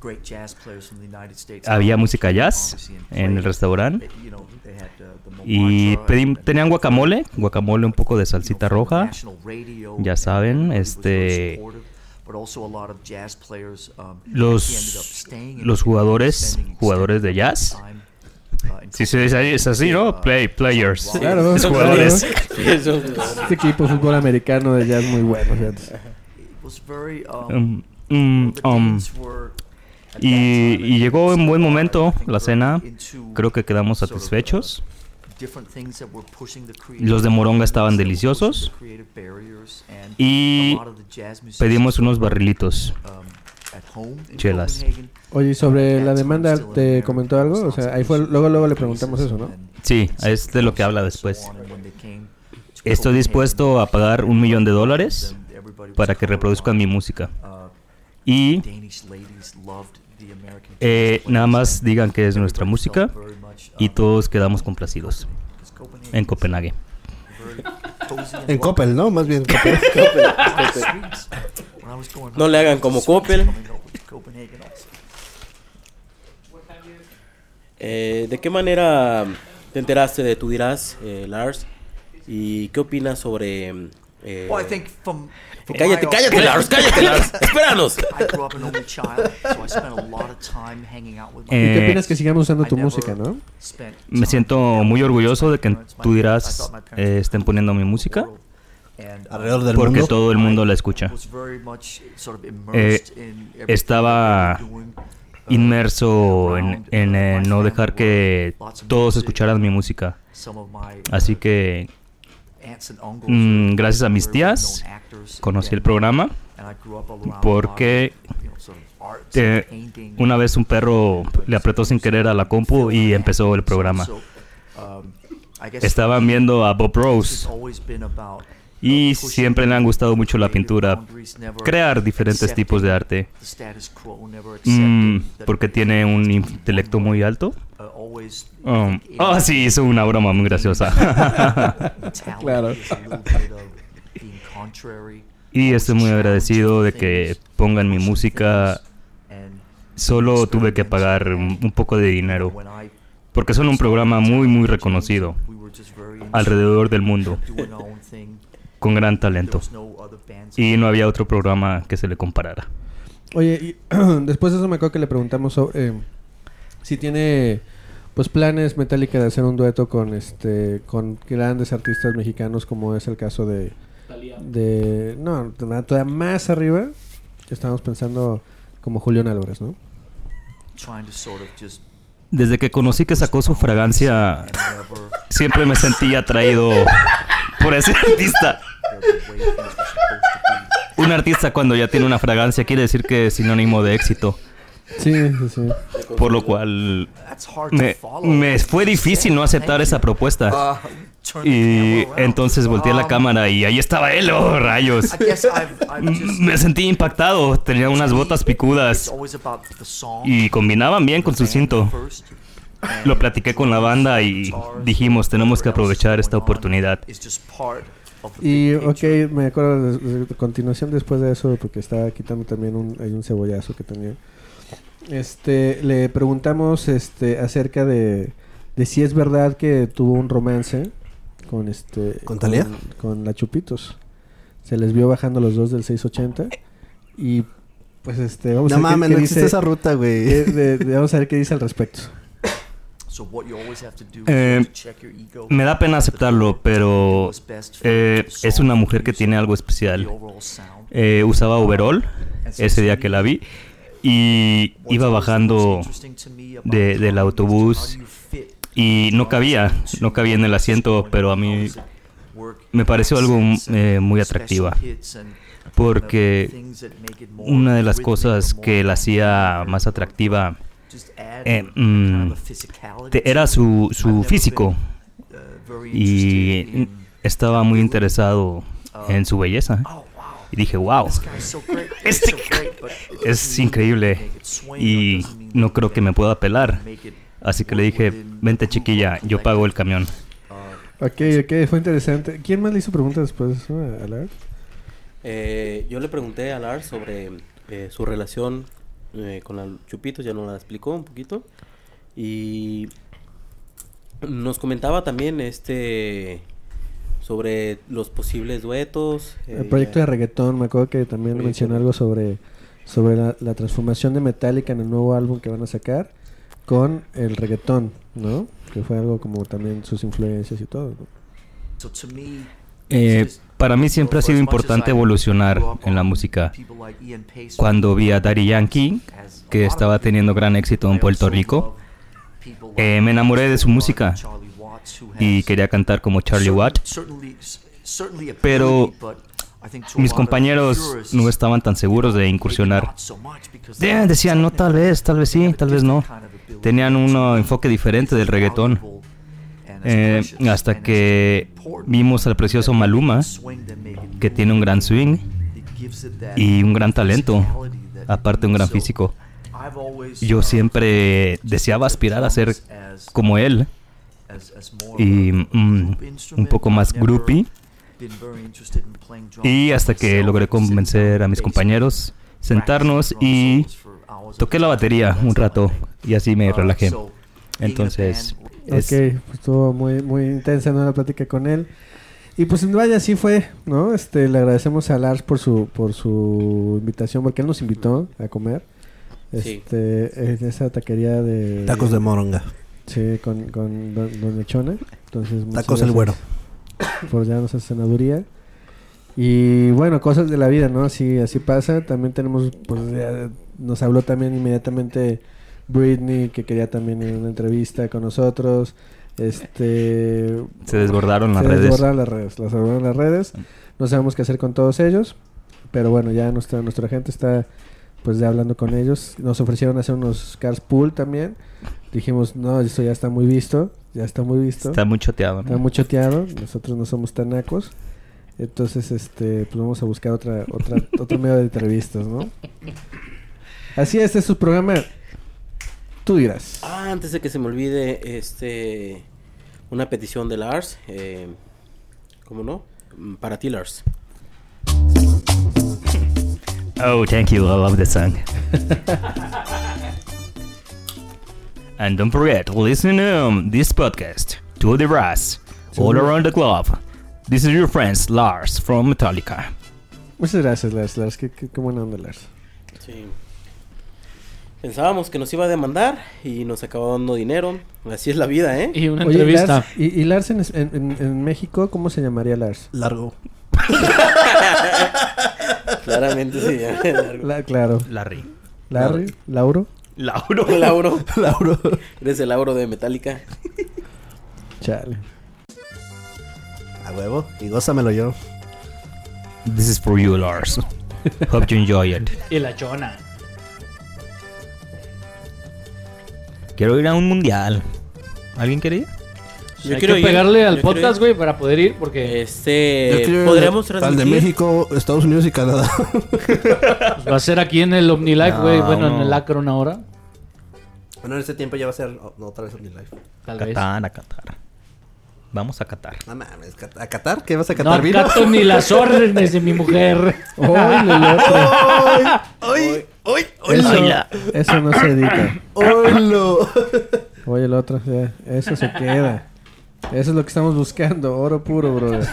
great jazz players from the United States.
Había música jazz
Obviously, and
en el
played
restaurante
You know, they had, uh, the Montmartre
y pedí-
and-
tenían guacamole, guacamole un poco de salsita roja. Ya saben, este, los, los jugadores, jugadores de jazz. Si se dice es así, ¿no? Play, players.
Claro,
Los jugadores.
Eso.
Este equipo de fútbol americano de allá es muy bueno, fíjate.
Um, um, um, y, y llegó en buen momento la cena. Creo que quedamos satisfechos. Los de moronga estaban deliciosos. Y Pedimos unos barrilitos. chelas.
Oye, ¿y sobre la demanda, ¿te comentó algo? O sea, ahí fue, luego, luego le preguntamos eso, ¿no?
Sí, es de lo que habla después. Estoy dispuesto a pagar un millón de dólares para que reproduzcan mi música. Y eh, nada más digan que es nuestra música y todos quedamos complacidos en Copenhague.
En Coppel, ¿no? Más bien Coppel.
No le hagan como Coppel. Eh, ¿De qué manera te enteraste de tu dirás, eh, Lars? ¿Y qué opinas sobre... eh,
Well, Oh, I think from, from
Cállate,
my-
cállate, Lars, cállate, Lars. Espéranos.
I grew up an only child, so I spent a lot of time hanging out with my
¿Y qué
Eh,
opinas que sigamos usando
I
tu
never
música, no?
spent
Me
time
siento
with my
muy orgulloso de que
parents. My-
tú
I
dirás
thought my parents
eh, estén poniendo mi música
and, uh,
Alrededor del
porque
mundo.
todo el mundo la escucha. Eh,
was very much sort of immersed in everything
estaba
they were doing, uh,
Inmerso en,
around,
en,
uh,
eh,
my
no
family
dejar
were
que
lots of
todos
music,
escucharan mi música.
some of my,
Así
uh,
que
aunts and uncles
mm,
were
gracias a mis
very well-known
tías
actors,
conocí el
and-
programa.
and I grew up around a lot
porque,
of, you know, sort of arts
Eh,
and painting
una vez un perro le apretó sin querer a la compu y empezó el programa.
So, um, I guess
Estaban viendo a Bob
it's
Rose
always been about
y siempre le han gustado mucho la pintura, crear diferentes tipos de arte,
the status quo, never
Mm,
accepting that
porque tiene un intelecto muy alto.
uh, always
Um,
think
oh, sí, hizo una broma muy graciosa.
talent
Claro.
is a little bit of being contrary,
y estoy muy agradecido de que pongan mi música.
and
Solo tuve que pagar un un poco de dinero,
when I
porque son un programa muy, muy reconocido
we were just very
alrededor del mundo,
doing our own thing.
con gran talento.
There's no other bands.
Y no había otro programa que se le comparara.
Oye, y después de eso me acuerdo que le preguntamos sobre eh, si tiene pues planes Metallica de hacer un dueto con este con grandes artistas mexicanos como es el caso de de no, todavía más arriba estamos pensando como Julián Álvarez, ¿no?
trying to sort of just
Desde que conocí que sacó su fragancia,
never
siempre me sentí atraído por ese artista. Un artista cuando ya tiene una fragancia quiere decir que es sinónimo de éxito.
Sí, sí, sí.
Por lo cual me, me fue difícil no aceptar esa propuesta. Y entonces volteé a
Ah.
la cámara y ahí estaba él, oh rayos. Me sentí impactado, tenía unas botas picudas y combinaban bien con su cinto. Lo platiqué con la banda y dijimos, tenemos que aprovechar esta oportunidad.
Y, ok, me acuerdo de, de- de continuación después de eso, porque estaba quitando también un, hay un cebollazo que tenía. Este, le preguntamos este, acerca de, de si es verdad que tuvo un romance con este... ¿Con
Thalía?
Con, la Chupitos. Se les vio bajando los dos del 680 y pues este, vamos
No
a ver qué-
mames,
qué
no existe
dice-
esa ruta, güey.
qué- de- de- vamos a ver qué dice al respecto.
Eh, me da pena aceptarlo, pero eh, es una mujer que tiene algo especial. Eh, usaba overall ese día que la vi y iba bajando de- del autobús y no cabía, no cabía en el asiento, pero a mí me pareció algo eh, muy atractiva porque una de las cosas que la hacía más atractiva eh, mm, te- era su, su físico
uh,
y estaba muy interesado en su belleza.
oh,
Y dije, wow,
Este
es increíble y no creo que me pueda pelar. Así que le dije, vente chiquilla, yo pago el camión.
Ok, ok, fue interesante. ¿Quién más le hizo preguntas después? eh, Alert?
Eh, yo le pregunté a Lars sobre eh, su relación eh, con la Chupito, ya nos la explicó un poquito. Y nos comentaba también este sobre los posibles duetos. eh,
El proyecto de reggaetón, me acuerdo que también
Proyecto.
mencionó algo sobre, sobre la, la transformación de Metallica en el nuevo álbum que van a sacar con el reggaetón, ¿no? Que fue algo como también sus influencias y todo. ¿no?
Eh, para mí siempre ha sido importante evolucionar en la música. Cuando vi a Daddy Yankee, que estaba teniendo gran éxito en Puerto Rico, eh, me enamoré de su música y quería cantar como Charlie Watt. Pero mis compañeros no estaban tan seguros de incursionar. De- Decían, no, tal vez, tal vez sí, tal vez no. Tenían un uh, enfoque diferente del reggaetón. Eh, hasta que vimos al precioso Maluma, que tiene un gran swing y un gran talento, aparte un gran físico. Yo siempre deseaba aspirar a ser como él y mm, un poco más groupie. Y hasta que logré convencer a mis compañeros, sentarnos y toqué la batería un rato y así me relajé. Entonces, eh, es-
Ok, pues estuvo muy, muy intensa ¿no? la plática con él. Y pues vaya, así fue, ¿no? Este, le agradecemos a Lars por su, por su invitación, porque él nos invitó a comer.
Sí.
Este, en esa taquería de...
Tacos de moronga.
Sí, con, con don, don Lechona. Entonces, muchas
Tacos el
gracias
Güero.
Por darnos esa senaduría. Y bueno, cosas de la vida, ¿no? Así, así pasa. También tenemos, pues ya nos habló también inmediatamente Britney, que quería también ir a una entrevista con nosotros. Este.
Se desbordaron las
se
redes. Mm.
desbordaron las redes. Las desbordaron las redes. No sabemos qué hacer con todos ellos. Pero bueno, ya nuestra, nuestra gente está pues ya hablando con ellos. Nos ofrecieron hacer unos cars pool también. Dijimos, no, esto ya está muy visto. Ya está muy visto.
Está muy choteado, ¿no?
Está muy choteado. Nosotros no somos tan nacos. Entonces, este, pues vamos a buscar otra, otra, otro medio de entrevistas, ¿no? Así es, este es su programa. Tú dirás.
Ah, antes de que se me olvide, este, una petición de Lars, eh, ¿cómo no? Mm, Para ti, Lars.
Oh, thank you. I love the song. and don't forget to listen to um, this podcast to the Ras all around the globe. This is your friend Lars from Metallica.
Muchas gracias, Lars. Lars, qué, qué, qué buena onda, Lars.
Sí. Pensábamos que nos iba a demandar y nos acabó dando dinero. Así es la vida, ¿eh?
Oye, Lars, ¿Y, y Lars en, es- en- en- en México cómo se llamaría Lars?
Largo.
Claramente sí. ya, largo.
La- claro.
Larry.
Larry. Lauro.
Lauro.
Lauro.
Lauro.
Eres el Lauro de Metallica.
Chale.
A huevo. Y gózamelo yo.
This is for you, Lars. Hope you enjoy it.
Y la chona.
Quiero ir a un mundial. ¿Alguien quiere ir?
Yo Hay quiero que ir, pegarle al yo quiero podcast, ir. Eh. güey, para poder ir, porque
este
podríamos transmitir. Al de México, Estados Unidos y Canadá.
pues va a ser aquí en el OmniLife,
No,
güey. Bueno, en
Ah, no.
el Akron ahora.
Bueno, en este tiempo ya va a ser o- otra vez OmniLife.
Tal vez.
Qatar, a Qatar. Vamos a Qatar.
No mames, Cat- ¿a Qatar? ¿Qué vas a
No
Qatar? vino?
acato ni las órdenes de mi mujer.
¡Oy, el otro!
¡Ay! ¡Ay!
Eso,
Oila.
eso no se edita.
¡Olo!
Oye, el otro, ya, eso se queda. Eso es lo que estamos buscando, oro puro, brother.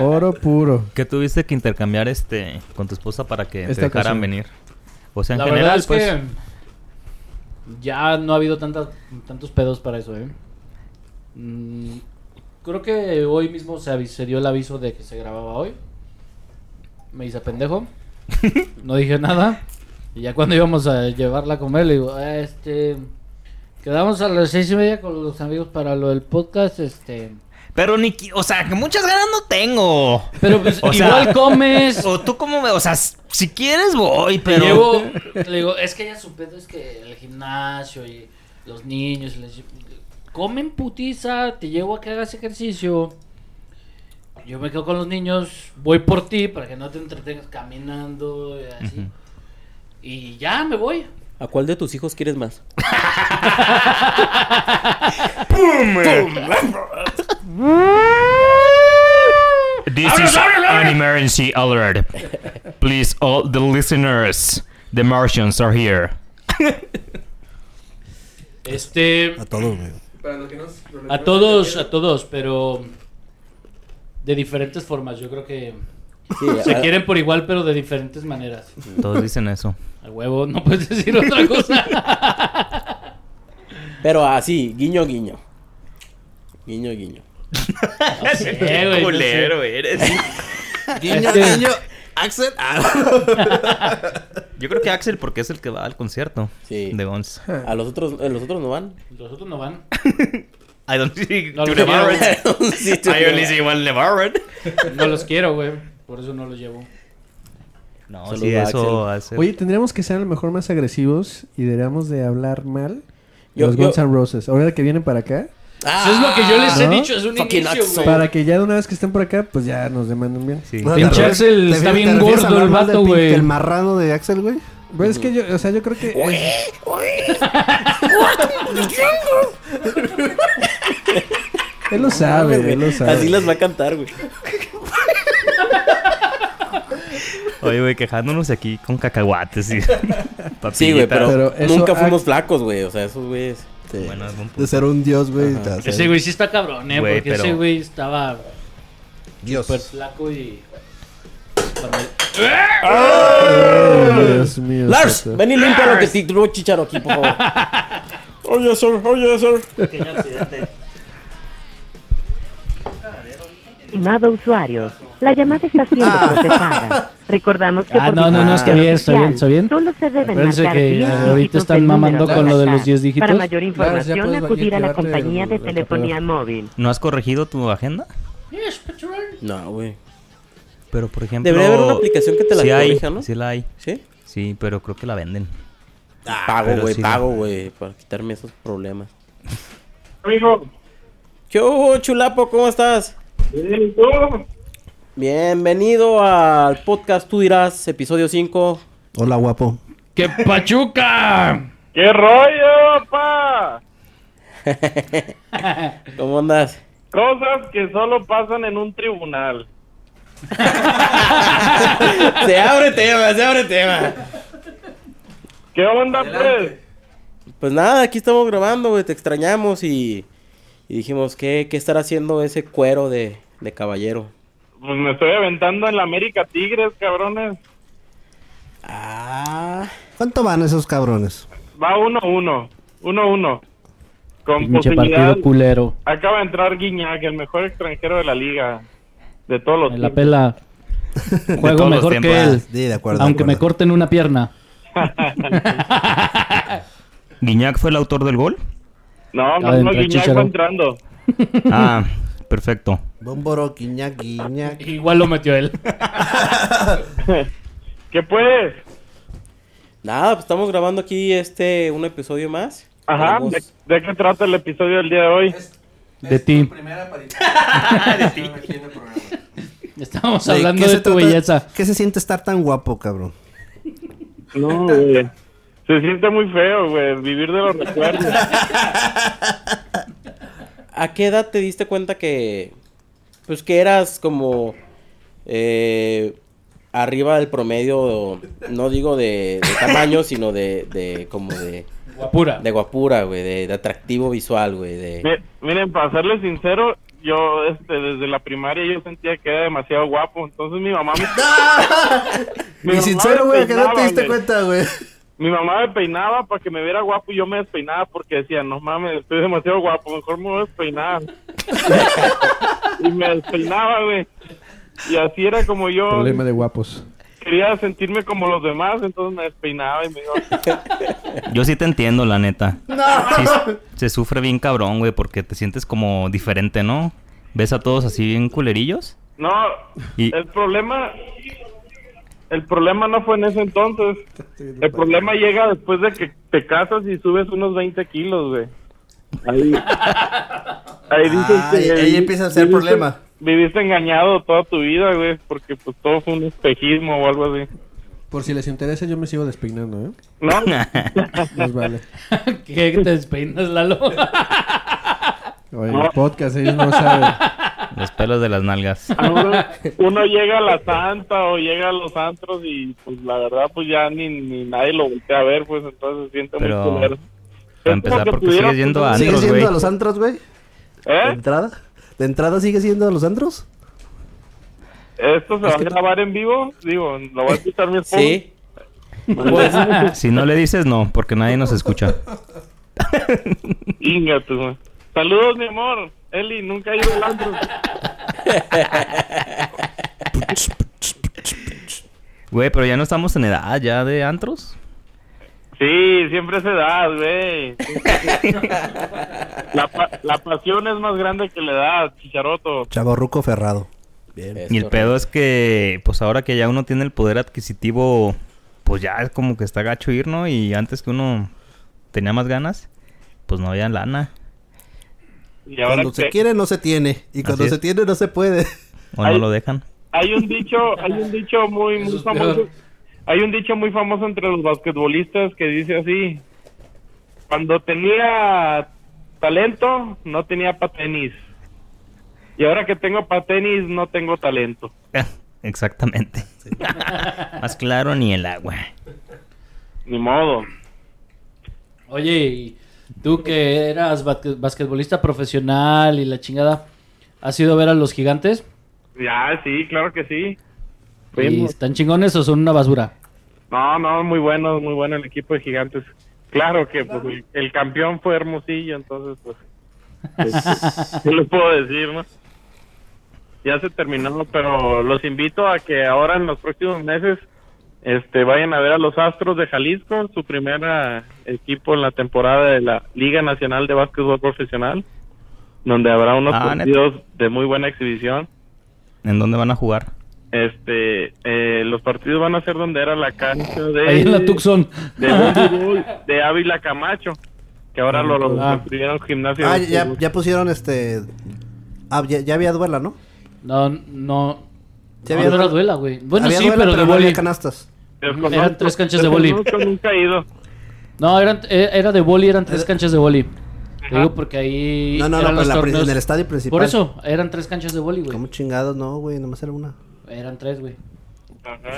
Oro puro.
¿Qué tuviste que intercambiar este con tu esposa para que te
Esta
dejaran
ocasión.
venir? O sea, en
la verdad
general,
es
pues.
que ya no ha habido tantas, tantos pedos para eso, ¿eh? Mm, creo que hoy mismo se, avi- se dio el aviso de que se grababa hoy. Me hice pendejo. No dije nada. Y ya cuando íbamos a llevarla a comer, le digo, "Ah, este... Quedamos a las seis y media con los amigos para lo del podcast, este...
Pero ni, qui- o sea, que muchas ganas no tengo.
Pero pues
O sea-
igual comes...
O tú como, me- o sea, s- si quieres voy,
Te
pero
llevo, le digo, es que ya su pedo es que el gimnasio y los niños, les- comen putiza, te llevo a que hagas ejercicio. Yo me quedo con los niños, voy por ti para que no te entretengas caminando y así.
Ujú.
Y ya me voy.
¿A cuál de tus hijos quieres más?
This is an emergency alert. Please, all the listeners, the Martians are here.
Este,
A todos, güey.
a todos, a todos, pero de diferentes formas. Yo creo que
Sí,
se
a-
quieren por igual, pero de diferentes maneras.
todos dicen eso.
Al huevo, no puedes decir otra cosa.
Pero así, guiño, guiño. Guiño, guiño.
Sí, güey, no sé.
eres.
Guiño,
Este-
guiño. Axel. Ah.
Yo creo que Axel porque es el que va al concierto
Sí.
de Guns.
A los otros, eh, los otros no van.
Los otros no van.
I don't see
No,
to
los quiero,
Navarro.
güey.
Sí, tú-
I only see one Navarro.
No los quiero, güey. Por eso no los llevo.
No,
Saludos
sí,
a
eso hace.
Oye, tendríamos que ser a lo mejor más agresivos y deberíamos de hablar mal de
Yo-
los
yo-
Guns N' Roses. Ahora que vienen para acá,
Ah,
Eso es lo que yo les he
¿no?
dicho, es un
Fucking
inicio,
Axel.
güey.
para que ya de una vez que estén por acá, pues ya nos demanden bien.
Sí.
No, te
Pinche
refieres-
Axel
te
está
refieres-
bien
te refieres
gordo
a hablar
el
mal del
vato,
pin-
güey.
El marrano de Axel, güey.
Pero Pues es que yo, o sea, yo creo que... Él lo sabe, él lo sabe.
Así las va a cantar, güey.
Oye, güey, quejándonos aquí con cacahuates y
Sí, güey, pero,
Pero eso
nunca
ha-
fuimos flacos, güey. O sea, esos güeyes.
Bueno, es buen punto.
De ser un dios, güey. a ser
Ese güey sí está cabrón, eh.
Güey,
porque
pero-
ese güey estaba
Dios.
súper flaco y. cuando-
Ay, Oh, Dios mío.
Lars,
santo.
ven y limpia lo que te tiró Chicharo aquí, por favor. Oye, sir, oye, sir.
Estimado usuario, la llamada está siendo procesada. Recordamos que
Ah,
por
no, no, no, está bien, está bien, está bien.
Solo se deben
Acuérdense
marcar
que
10
ahorita
dígitos
están
del
mamando
número
con lo de los
WhatsApp.
10 dígitos.
Para mayor
Claro, ya
información,
puedes
acudir a la
llevarte
compañía
el-
de
el
telefonía móvil.
¿No has corregido tu agenda?
Yes, patrón.
No, güey.
Pero por ejemplo,
Debería haber una aplicación que te la
sí hay,
corrija, ¿no?
Sí la hay.
¿Sí?
Sí, pero creo que la venden.
pago,
Ah, pero
güey,
sí.
pago, güey. Para quitarme esos problemas.
Amigo,
¿Qué hubo, chulapo? ¿Cómo estás?
bien, ¿y tú?
Bienvenido al podcast Tú Dirás, episodio 5.
Hola, guapo.
¡Qué pachuca!
¿Qué rollo, pa?
¿Cómo andas?
Cosas que solo pasan en un tribunal.
se abre tema, se abre tema.
¿Qué onda,
Pues nada, aquí estamos grabando, güey. Te extrañamos y, y dijimos, ¿qué, ¿qué estará haciendo ese cuero de, de caballero?
pues? Pues me estoy aventando en la América Tigres, cabrones.
Ah.
¿Cuánto van esos cabrones?
Va 1-1. Uno, 1-1. Uno, uno, uno. Con
Pinche
posibilidad.
partido culero.
Acaba de entrar Guiñac, el mejor extranjero de la liga. De todos los
Me la
tiempos.
pela. Juego
todos los
mejor
tiempos.
que él.
Sí, de acuerdo.
Aunque
de
me
acuerdo.
corten una pierna.
Ah, ¿Guiñac fue el autor del gol?
No,
Acaba de
no, no,
entrar
Guiñac
Chicharo.
va entrando.
Ah, Perfecto.
Bomboro, quiñaqui, quiñaqui.
Igual lo metió él.
¿Qué puedes?
Nada, pues estamos grabando aquí este un episodio más.
Ajá,
Tenemos-
¿de, de qué trata el episodio del día de hoy?
De ti.
Estamos
Oye,
hablando
¿qué
de
se
tu
trata-
belleza.
¿Qué se siente estar tan guapo, cabrón?
No, güey. Se siente muy feo, güey, vivir de los recuerdos.
¿A qué edad te diste cuenta que pues que eras como eh, arriba del promedio, no digo de, de tamaño, sino de, de como de
guapura,
de guapura, güey, de, de atractivo visual, güey, de
Mi- Eh, Miren, para serles sincero, yo este, desde la primaria yo sentía que era demasiado guapo, entonces mi mamá me... pues,
Y sincero, güey, que no te diste
cuenta.
cuenta, güey.
Mi mamá me peinaba para que me viera guapo y yo me despeinaba porque decía, no mames, estoy demasiado guapo, mejor me voy a despeinar. y me despeinaba, güey. Y así era como yo
Problema de guapos.
quería sentirme como los demás, entonces me despeinaba y me iba.
Yo sí te entiendo, la neta.
¡No!
Sí, s- se sufre bien cabrón, güey, porque te sientes como diferente, ¿no? ¿Ves a todos así bien culerillos?
No,
Y-
el problema... El problema no fue en ese entonces. El problema llega después de que te casas y subes unos 20 kilos, güey. Ahí, ahí dices
Ah,
que...
ahí empieza a ser
viviste-
problema.
Viviste engañado toda tu vida, güey, porque pues todo fue un espejismo o algo así.
Por si les interesa, yo me sigo despeinando, ¿eh?
No.
Nos vale.
¿Qué te despeinas, Lalo?
Oye, el podcast, ellos no saben.
Ah.
Los pelos de las nalgas.
Ahora, uno llega a la santa o llega a los antros y pues la verdad pues ya ni, ni nadie lo voltea a ver, pues entonces se siente
Pero,
muy culero.
para
Es como
empezar,
que
porque
pudiera-
sigues yendo a
¿Sigues
antros,
yendo
güey.
a los antros, güey? ¿De
¿Eh?
entrada? ¿De entrada sigues yendo a los antros?
¿Esto se va a grabar en vivo? Digo, ¿lo va a escuchar mi esposa?
Sí.
Pues,
Si no le dices no, porque nadie nos escucha.
Inga, tú, güey. Saludos, mi amor. Eli, nunca he ido al antro.
Güey, pero ya no estamos en edad ya de antros.
Sí, siempre se da, güey. La, pa- la pasión es más grande que la edad, chicharoto.
Chaborruco ferrado.
Eh,
Y el pedo es que, pues ahora que ya uno tiene el poder adquisitivo, pues ya es como que está gacho ir, ¿no? Y antes que uno tenía más ganas, pues no había lana.
Y ahora
cuando se
que-
quiere, no se tiene. Y cuando
Así es.
se tiene, no se puede.
O
Ay.
no lo dejan.
Hay un dicho, hay un dicho muy, muy famoso.
peor.
Hay un dicho muy famoso entre los basquetbolistas que dice así: cuando tenía talento no tenía pa tenis y ahora que tengo pa tenis no tengo talento.
Exactamente. más claro ni el agua.
Ni modo.
Oye, y tú que eras basque- basquetbolista profesional y la chingada, ¿has ido a ver a los gigantes?
Ya, sí, claro que sí.
¿Y
Fuimos.
¿Están chingones o son una basura?
No, no, muy bueno, muy bueno el equipo de Gigantes. Claro que pues, el, el campeón fue Hermosillo, entonces pues, pues, ¿qué les puedo decir, no? Ya se terminó, pero los invito a que ahora en los próximos meses este vayan a ver a los Astros de Jalisco, su primer ah, equipo en la temporada de la Liga Nacional de Básquetbol Profesional, donde habrá unos
Ah, neta.
partidos de muy buena exhibición.
¿En dónde van a jugar?
Este, eh, los partidos van a ser donde era la cancha de
Ahí en la Tucson.
de voleibol de Ávila Camacho, que ahora lo, lo
Ah.
construyeron gimnasio.
Ah,
de
ya,
fútbol.
ya pusieron este. Ah, ya, ya había duela, ¿no?
No, no.
Ya
no,
había
no era
duela.
duela, güey. Bueno,
Había
sí,
duela,
pero, de
no había
boli.
canastas.
Desconozco-
Eran tres canchas de boli.
desconozco, nunca he ido.
No, eran, eh, era de boli, eran tres canchas de boli. Te digo porque ahí.
No, no, no,
eran
pero
los
la pri-
torneos.
en el estadio principal.
Por eso, eran tres canchas de boli, güey.
¿Cómo chingados? No, güey, nomás era una.
Eran tres, güey.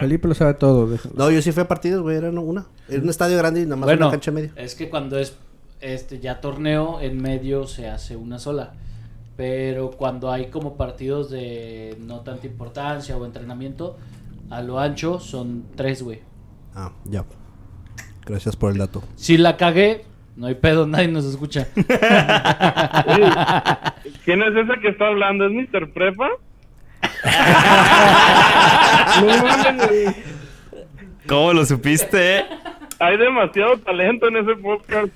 Felipe lo sabe todo. déjalo.
No, yo sí fui a partidos, güey, era una. Era un estadio grande y nomás una cancha media.
Es que cuando es este ya torneo en medio se hace una sola. Pero cuando hay como partidos de no tanta importancia o entrenamiento, a lo ancho son tres, güey.
Ah, ya. Gracias por el dato.
Si la cagué, no hay pedo, nadie nos escucha.
¿Quién es ese que está hablando? ¿Es Mr. Prepa? No mames, güey.
¿Cómo lo supiste?
Hay demasiado talento en ese podcast.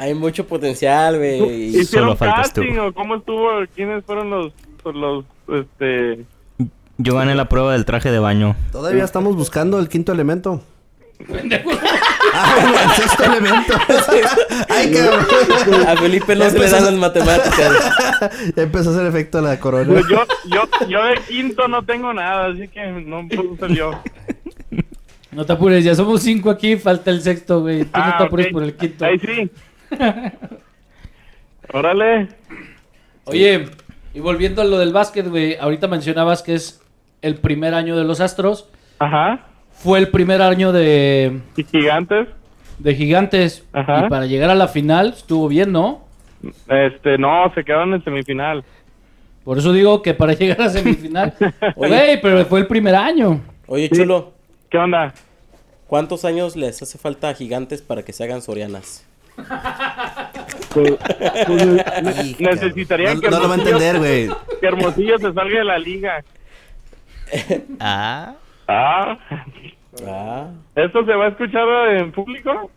Hay mucho potencial, güey. y
¿Hicieron casting o cómo estuvo? ¿Quiénes fueron los, los este...
Yo gané la prueba del traje de baño.
Todavía estamos buscando el quinto elemento. Ah,
el sexto elemento.
Ay, cabrón.
A Felipe no se le dan las matemáticas.
Ya empezó a hacer efecto la corona.
Pues yo, yo, yo de quinto no tengo nada, así que no puedo ser yo.
No te apures, ya somos cinco aquí, falta el sexto, güey. Tú no
Ah,
te apures
ok.
por el quinto.
Ahí sí. Órale.
Oye, y volviendo a lo del básquet, güey. Ahorita mencionabas que es el primer año de los Astros.
Ajá.
Fue el primer año de...
Gigantes.
De Gigantes.
Ajá.
Y para llegar a la final estuvo bien, ¿no?
Este, no, se quedaron en semifinal.
Por eso digo que para llegar a semifinal... Güey, pero fue el primer año.
Oye, chulo.
¿Qué onda?
¿Cuántos años les hace falta a gigantes para que se hagan sorianas?
Ne- necesitaría
No-
que
no lo va a
Hermosillo-
entender, güey.
Que Hermosillo se salga de la liga.
Ah.
Ah. ¿Esto se va a escuchar en público?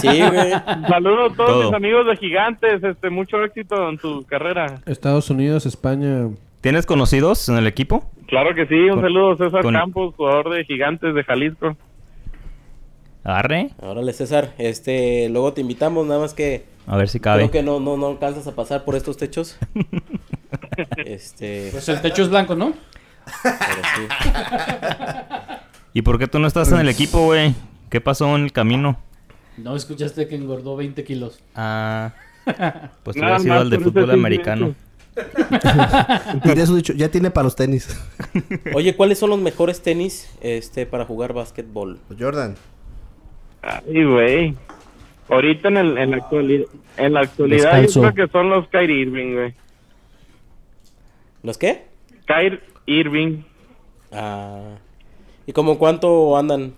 Sí, güey.
Saludos a todos
Todo.
mis amigos de Gigantes. Este, mucho éxito en tu carrera.
Estados Unidos, España.
¿Tienes conocidos en el equipo?
Claro que sí. Un
Con-
saludo a César
con-
Campos, jugador de Gigantes de Jalisco.
Arre.
Órale, César. Este, luego te invitamos, nada más que.
A ver si cabe.
Creo que no, no, no alcanzas a pasar por estos techos. este.
Pues el techo es blanco, ¿no?
Pero sí.
¿Y por qué tú no estás en el equipo, güey? ¿Qué pasó en el camino?
No escuchaste que engordó 20 kilos.
Ah. Pues te
Nada
hubieras ido
más
al de
por ese
fútbol americano.
Y de eso dicho, ya tiene para los tenis.
Oye, ¿cuáles son los mejores tenis este, para jugar básquetbol?
Pues Jordan.
Ay, güey. Ahorita en, el, en, la, actuali- en la actualidad
Descalzo.
yo creo que son los Kyrie Irving, güey.
¿Los qué?
Kyrie Irving.
Ah. ¿Y como cuánto andan?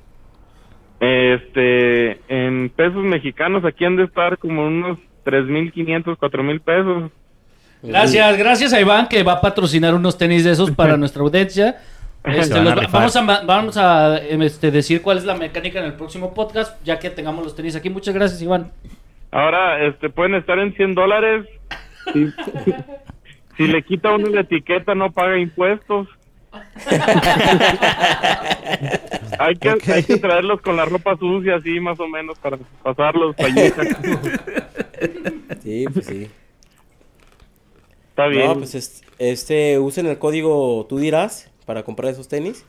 Este, en pesos mexicanos aquí han de estar como unos 3.500, 4.000 pesos.
Gracias, gracias a Iván que va a patrocinar unos tenis de esos para nuestra audiencia.
Se
Este,
van
los
a
va-
rifar.
vamos a, ma- vamos a em, este, decir cuál es la mecánica en el próximo podcast, ya que tengamos los tenis aquí. Muchas gracias, Iván.
Ahora, este, pueden estar en 100 dólares. Si, si le quita uno la etiqueta, no paga impuestos. hay, que, hay que traerlos con la ropa sucia, así más o menos, para pasarlos payita.
Sí, pues sí.
Está bien.
No, pues es- este, usen el código tú dirás para comprar esos tenis.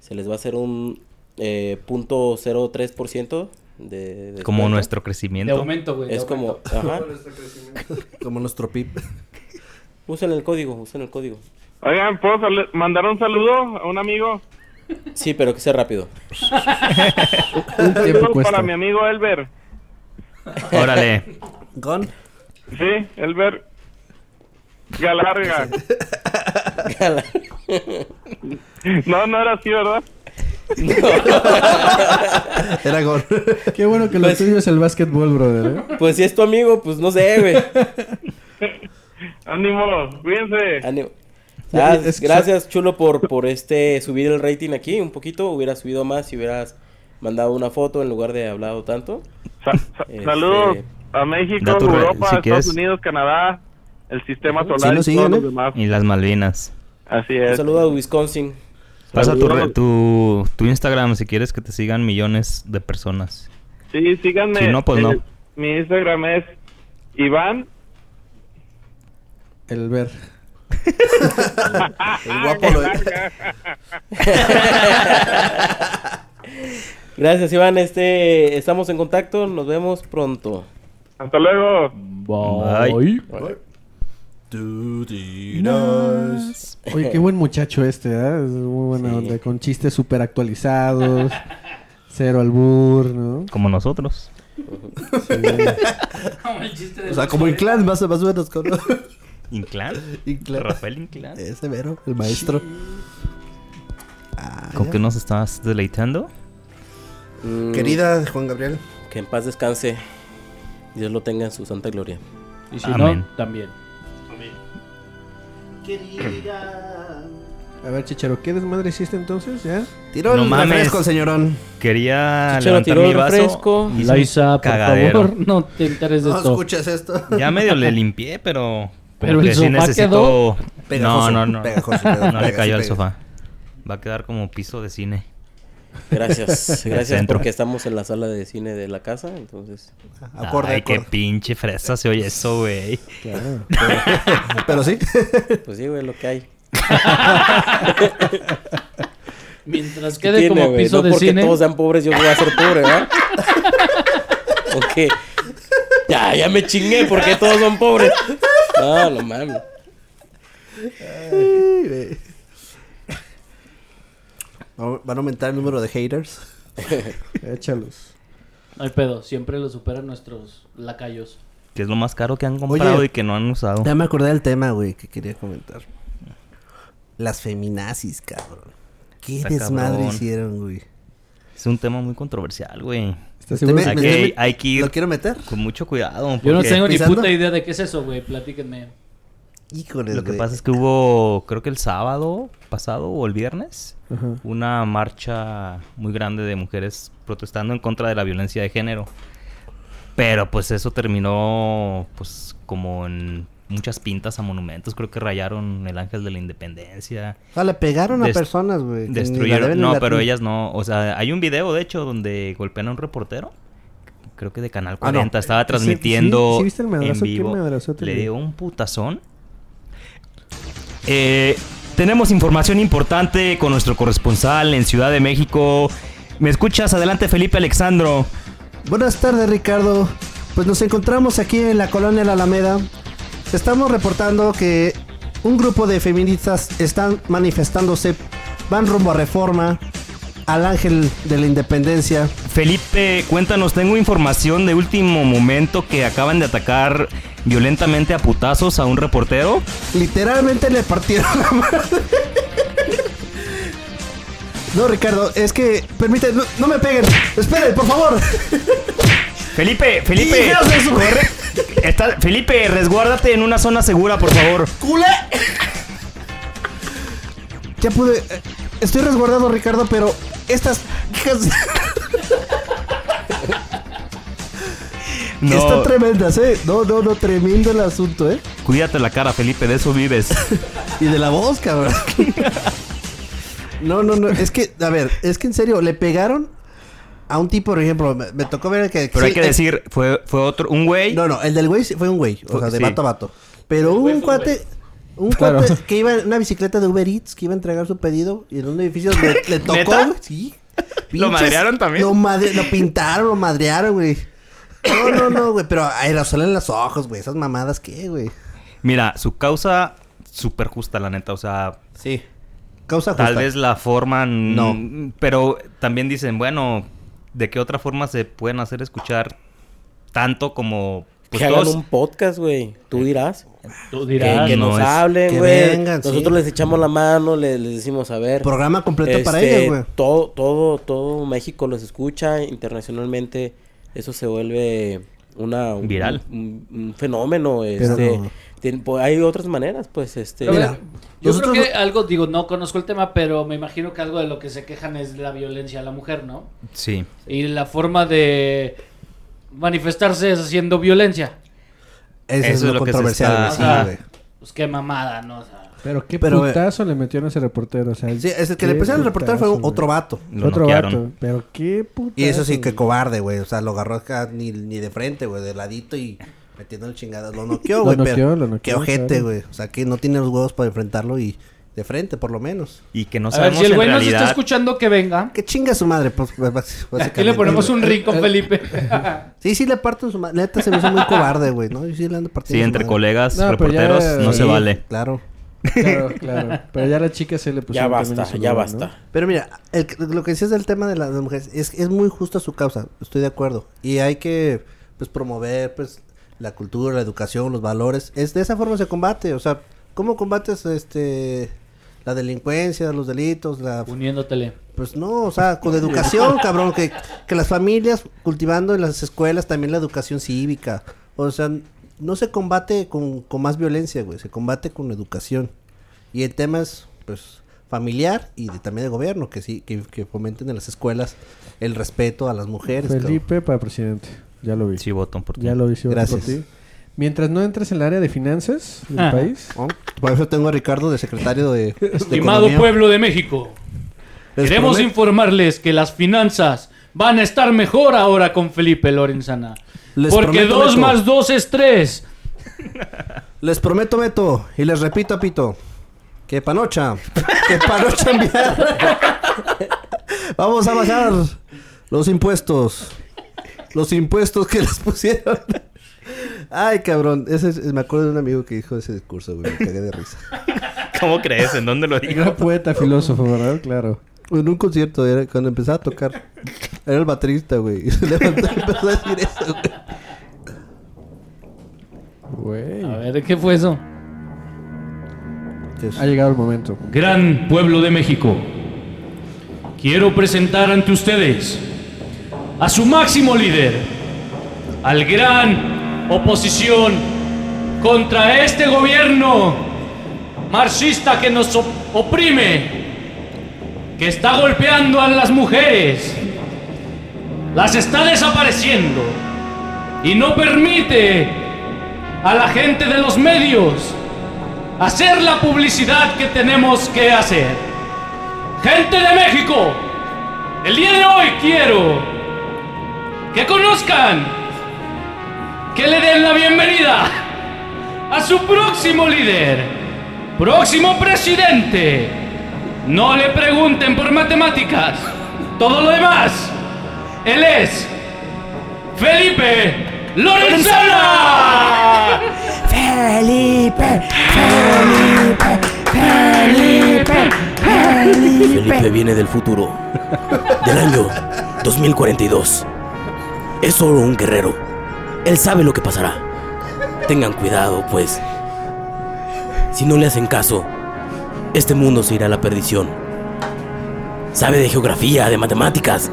Se les va a hacer un eh, punto 03% de, descuento.
Como nuestro crecimiento.
De aumento, güey, de
Es
Es como- Pues aumento. ajá. Como
Como nuestro pip.
Usen el código, usen el código.
Oigan, ¿puedo sal- mandar un saludo a un amigo?
Sí, pero que sea rápido.
Un saludo
cuesta.
para mi amigo Elber.
Órale.
¿Gon?
Sí, Elber. Galarga. No, no era así, ¿verdad?
Era gol.
Qué bueno que
Pues-
lo tuyo es el básquetbol, brother. ¿eh?
Pues si es tu amigo, pues no sé, güey.
Ánimo, cuídense.
Ánimo. Ah,
Es- es-
gracias, chulo, por, por este subir el rating aquí un poquito. Hubiera subido más si hubieras mandado una foto en lugar de hablado tanto. Este,
Saludos a México,
Da tu re-
Europa,
si
Estados
quieres.
Unidos, Canadá, el sistema solar
Sí,
y
lo
todos
siguen,
los
¿eh?
demás.
Y las Malvinas.
Así
Un
es.
saludo a Wisconsin.
Pasa tu, re-
Saludos.
tu, tu Instagram si quieres que te sigan millones de personas.
Sí, síganme.
Si no, pues no.
Mi Instagram es Iván.
El ver.
El guapo lo
Gracias, Iván. Este, estamos en contacto. Nos vemos pronto.
Hasta luego.
Bye.
Oye, qué buen muchacho este, ¿eh? Es muy buena onda. Con chistes súper actualizados. cero albur, ¿no?
Como nosotros.
O sea, como Inclán, más, más o menos. Con...
¿Inclán?
Inclán.
¿Rafael Inclán?
Ese mero, el maestro.
¿Con qué nos estabas deleitando?
Querida Juan Gabriel.
Que en paz descanse. Dios lo tenga en su santa gloria.
Y si no, también.
Querida
A ver, Chicharo, ¿qué desmadre hiciste entonces? ¿Ya?
Tiró el refresco, señorón.
Quería
Chicharo
levantar
tiró
mi
el
vaso.
refresco.
hice un
Liza, por
cagadero.
favor, no te enteres de
No
esto.
escuches esto.
Ya medio le limpié, pero.
Pero el
que
sofá quedó
no,
pegajoso,
no, no.
pegajoso,
no
pegajoso,
le cayó al
pegajoso.
sofá. Va a quedar como piso de cine.
Gracias,
Del
gracias
centro.
porque estamos en la sala de cine de la casa, entonces.
Acorde,
Ay, qué
acorde.
pinche fresa se oye eso, güey.
Claro.
Pero sí.
Pues sí, güey, lo que hay.
Mientras
¿Qué
quede
tiene,
como
güey?
piso
No
de
porque
cine.
todos sean pobres, yo voy a ser pobre, ¿verdad? ¿O qué? Ya, ya me chingué porque todos son pobres. No, no mames.
Ay, güey. Va- Van a aumentar el número de haters.
Échalos.
No hay pedo, siempre lo superan nuestros lacayos.
Que es lo más caro que han comprado y que no han usado.
Ya me acordé del tema, güey, que quería comentar. Las feminazis, cabrón. ¿Qué
Está
desmadre
cabrón.
hicieron, güey?
Es un tema muy controversial, güey.
¿Estás seguro?
Hay
Este ¿Me-
que-
me-
hay que ir
lo quiero meter?
Con mucho cuidado.
Yo no
porque
tengo ni
¿Pisando?
puta idea de qué es eso, güey. Platíquenme.
Híjole,
Lo que
güey.
pasa es que hubo, creo que el sábado pasado o el viernes,
Ajá.
una marcha muy grande de mujeres protestando en contra de la violencia de género. Pero pues eso terminó pues como en muchas pintas a monumentos. Creo que rayaron el Ángel de la Independencia.
O sea, Ah, le pegaron a
Des-
personas,
Este,
güey. que ni la deben
Destruyeron.
ni
No,
la-
pero ellas no. O sea, hay un video, de hecho, donde golpean a un reportero. Creo que de Canal 40. Estaba
Ah, Sí, sí,
transmitiendo
sí, viste el
en
madrazo, qué
vivo.
madrazote
Le
le
dio un putazón.
Eh, tenemos información importante con nuestro corresponsal en Ciudad de México. ¿Me escuchas? Adelante, Felipe Alexandro.
Buenas tardes, Ricardo. Pues nos encontramos aquí en la colonia La Alameda. Estamos reportando que un grupo de feministas están manifestándose, van rumbo a reforma, al ángel de la independencia.
Felipe, cuéntanos, tengo información de último momento que acaban de atacar violentamente a putazos a un reportero.
Literalmente le partieron la madre. No, Ricardo, es que, permite, no, no me peguen. Esperen, por favor.
Felipe, Felipe,
Hijos de su-
corre- está- Felipe, resguárdate en una zona segura, por favor.
¡Culé! Ya pude. eh, Estoy resguardado, Ricardo, pero estas hijas
No.
están tremendas, ¿eh? No, no, no, tremendo el asunto, ¿eh?
Cuídate la cara, Felipe, de eso vives.
Y de la voz, cabrón. No, no, no. Es que, a ver, es que en serio, le pegaron a un tipo, por ejemplo, me, me tocó ver que.
Pero hay
sí,
que
eh,
decir, fue, fue otro, un güey.
No, no, el del güey sí fue un güey. O
Fue-
sea, de
sí.
vato a vato. Pero hubo un cuate. Un
Claro.
cuate que iba en una bicicleta de Uber Eats que iba a entregar su pedido y en un edificio le, le tocó,
¿Neta?
güey. Sí.
¿Lo madrearon también?
Lo, madre- lo pintaron, lo madrearon, güey. No, no, no, güey. Pero aerosol en los ojos, güey. Esas mamadas, ¿qué, güey?
Mira, su causa súper justa, la neta. O sea,
Sí. Causa justa.
Tal vez la forma. No.
No.
Pero también dicen, bueno, ¿de qué otra forma se pueden hacer escuchar tanto como. Pues
que
todos.
hagan un podcast, güey. Tú dirás.
Tú
Que,
dirás.
que
no
nos
es-
hablen,
que
güey.
vengan, sí.
Nosotros les echamos la mano, le- les, decimos a ver.
Programa completo para
este,
ellos, güey.
Todo, todo, todo México los escucha internacionalmente. Eso se vuelve una un-
Viral.
un, un fenómeno.
Pero
Este,
no.
Tien- po- hay otras maneras, pues, este.
Pero,
Mira,
yo
nosotros
creo que
no-
algo, digo, no conozco el tema, pero me imagino que algo de lo que se quejan es la violencia a la mujer, ¿no?
Sí.
Y la forma de manifestarse es haciendo violencia.
Eso, es
Eso
lo,
es lo que se
controversial,
O
está-
güey,
sea,
sí, güey.
pues qué mamada, ¿no? O sea,
Pero qué
Pero, eh,
putazo le metieron a ese reportero. O sea,
Sí, es el que
qué
le pusieron al reportero fue
putazo, güey.
otro vato.
Lo
otro
noquearon.
vato. Pero qué putazo.
Y eso sí,
güey.
que cobarde, güey. O sea, lo agarró acá ni, ni de frente, güey, de ladito y metiendo el chingada. Lo noqueó,
Lo
güey.
noqueó,
pero
lo noqueó,
Qué ojete,
claro.
güey. O sea, que no tiene los huevos para enfrentarlo y de frente, por lo menos.
Y que no
a ver,
sabemos
si el
en
güey nos está
realidad.
escuchando, que venga.
Que chinga su madre, pues, bás- básicamente.
Aquí le ponemos un ring con Felipe.
Sí, sí, le parten su madre. Neta, se me hizo muy cobarde, güey, ¿no? Y sí, le han partido
Sí,
su
entre
madre.
colegas,
No, pero ya-
reporteros, no
Sí,
se vale.
Claro.
Claro, claro. Pero ya la chica se le
Ya
pues,
pusieron también
basta,
en su
ya
lugar, ¿no?
basta.
Pero mira, el- lo que decías del tema de las mujeres, es, es muy justa su causa, estoy de acuerdo. Y hay que pues promover pues la cultura, la educación, los valores. Es de esa forma se combate, o sea, ¿cómo combates este la delincuencia, los delitos, la
Uniéndotele.
pues no, o sea, con educación, cabrón, que, que las familias cultivando en las escuelas también la educación cívica. O sea, no se combate con, con más violencia, güey, se combate con educación. Y el tema es, pues, familiar y de- también de gobierno, que sí, que, que fomenten en las escuelas el respeto a las mujeres. cabrón.
Felipe para presidente. Ya lo vi.
Sí, votan por ti.
Ya lo vi, sí, voto
Gracias.
por ti. Mientras no entres en el área de finanzas del
Ajá.
país.
Oh, Por eso tengo a Ricardo de secretario de... de
Estimado
Economía.
pueblo de México,
Les
queremos
prometo-
informarles que las finanzas van a estar mejor ahora con Felipe Lorenzana.
Les
porque
prometo,
2
Beto.
más 2 es 3.
Les prometo, Beto, y les repito, Pito, que panocha, que panocha enviar. Vamos a bajar los impuestos. Los impuestos que les pusieron. Ay, cabrón. Ese es- me acuerdo de un amigo que dijo ese discurso, güey. Me cagué de risa.
¿Cómo crees? ¿En dónde lo digo?
Gran poeta, filósofo, ¿verdad? Claro.
En un concierto, era cuando empezaba a tocar. Era el baterista, güey. Y se levantó y empezó a decir eso, güey.
A ver, ¿qué fue eso?
Ha llegado el momento.
Gran pueblo de México, quiero presentar ante ustedes a su máximo líder, al gran oposición contra este gobierno marxista que nos op- oprime, que está golpeando a las mujeres, las está desapareciendo y no permite a la gente de los medios hacer la publicidad que tenemos que hacer. Gente de México, el día de hoy quiero que conozcan, que le den la bienvenida a su próximo líder, próximo presidente. No le pregunten por matemáticas, todo lo demás. Él es Felipe Lorenzana.
Felipe, Felipe, Felipe,
Felipe viene del futuro, del año 2042. Es solo un guerrero. Él sabe lo que pasará. Tengan cuidado, pues. Si no le hacen caso, este mundo se irá a la perdición. Sabe de geografía, de matemáticas.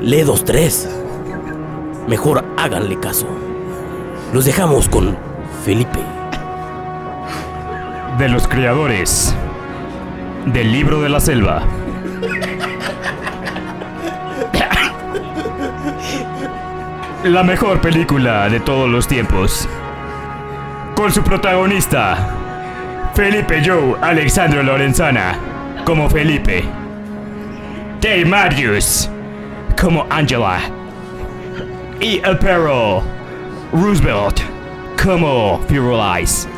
Lee dos, tres. Mejor háganle caso. Los dejamos con Felipe.
De los creadores del libro de la selva. La mejor película de todos los tiempos. Con su protagonista, Felipe Joe Alexandro Lorenzana, como Felipe. Dave Marius, como Angela. Y el perro, Roosevelt, como Firulais.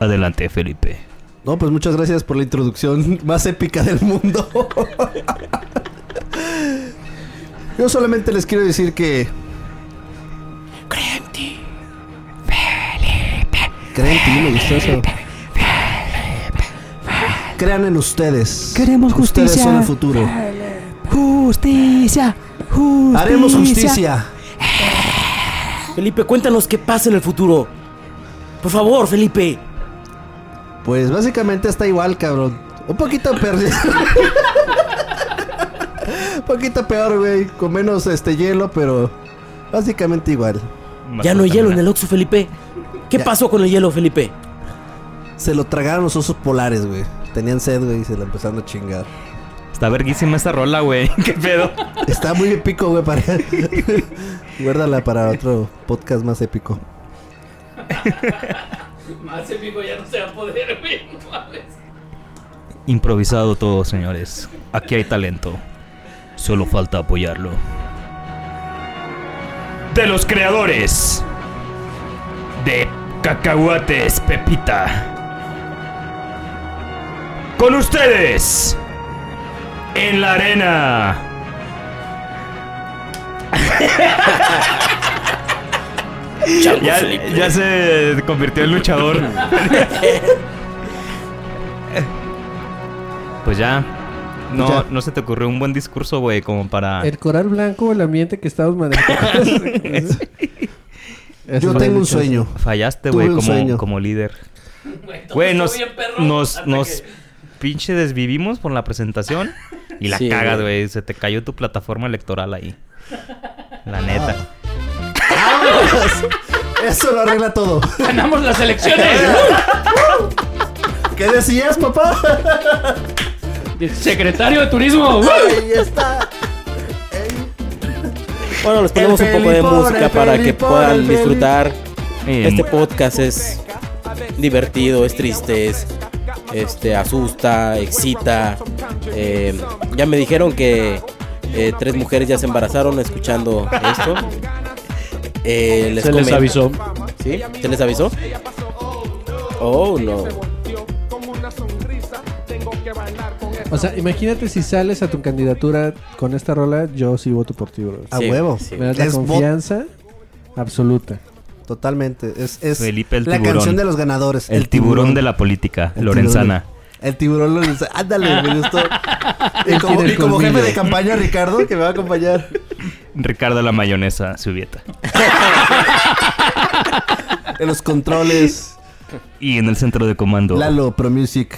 Adelante, Felipe.
No, pues muchas gracias por la introducción más épica del mundo. Yo solamente les quiero decir que. Creen en ti. Felipe. Creen en ti, me gustó eso. Crean en ustedes.
Queremos
Ustedes
justicia.
son el futuro.
Justicia, justicia.
Haremos justicia.
Felipe, cuéntanos qué pasa en el futuro. Por favor, Felipe.
Pues básicamente está igual, cabrón. Un poquito peor. Un poquito peor, güey. Con menos este hielo, pero básicamente igual.
Ya no hay hielo en el Oxxo, Felipe. ¿Qué pasó con el hielo, Felipe?
Se lo tragaron los osos polares, güey. Tenían sed, güey, y se lo empezaron a chingar.
Está verguísima esta rola, güey. ¿Qué pedo?
Está muy épico, güey, para... Guárdala para otro podcast más épico.
Más épico ya no se va a poder, güey. no mames.
Improvisado todo, señores. Aquí hay talento. Solo falta apoyarlo.
de los creadores de Cacahuates Pepita. Con ustedes, en la arena. ya, ya se convirtió en luchador.
Pues ya. No,
Ya.
no se te ocurrió un buen discurso, güey, como para.
Ah.
El coral blanco, el ambiente que estamos manejando. Eso
Yo
me
tengo un
dicho.
sueño.
Fallaste,
Tuve
güey,
un
como,
sueño.
como líder. Güey, nos, nos,
hasta
nos pinche desvivimos por la presentación y la
Sí,
cagas,
güey.
güey. Se te cayó tu plataforma electoral ahí. La neta.
Eso lo arregla todo.
¡Ganamos las elecciones!
¿Qué decías, papá?
Secretario de Turismo.
Ahí está.
Bueno, les ponemos
El
un poco de
Felipón,
música
el
para que
Felipón, el
puedan
Felipón.
disfrutar. Este podcast es divertido, es triste, es este asusta, excita. Eh, ya me dijeron que eh, tres mujeres ya se embarazaron escuchando esto. Eh,
Se les
comen-
avisó.
¿Sí? ¿Se les avisó? Oh, no.
O sea, imagínate si sales a tu candidatura con esta rola, yo sí voto por ti, bro.
A Sí, huevo. sí.
Me das la
Es vo-
confianza absoluta.
Totalmente. Es, es
Felipe el
la
tiburón.
canción de los ganadores.
El, tiburón, de la política,
El
Lorenzana.
tiburón de- El tiburón Lorenzana. Ándale, me gustó. Y
Él
como,
tiene el
y como jefe
colmillo.
de campaña, Ricardo, que me va a acompañar.
Ricardo la mayonesa, Subieta.
En los controles.
Y en el centro de comando.
Lalo, Pro Music.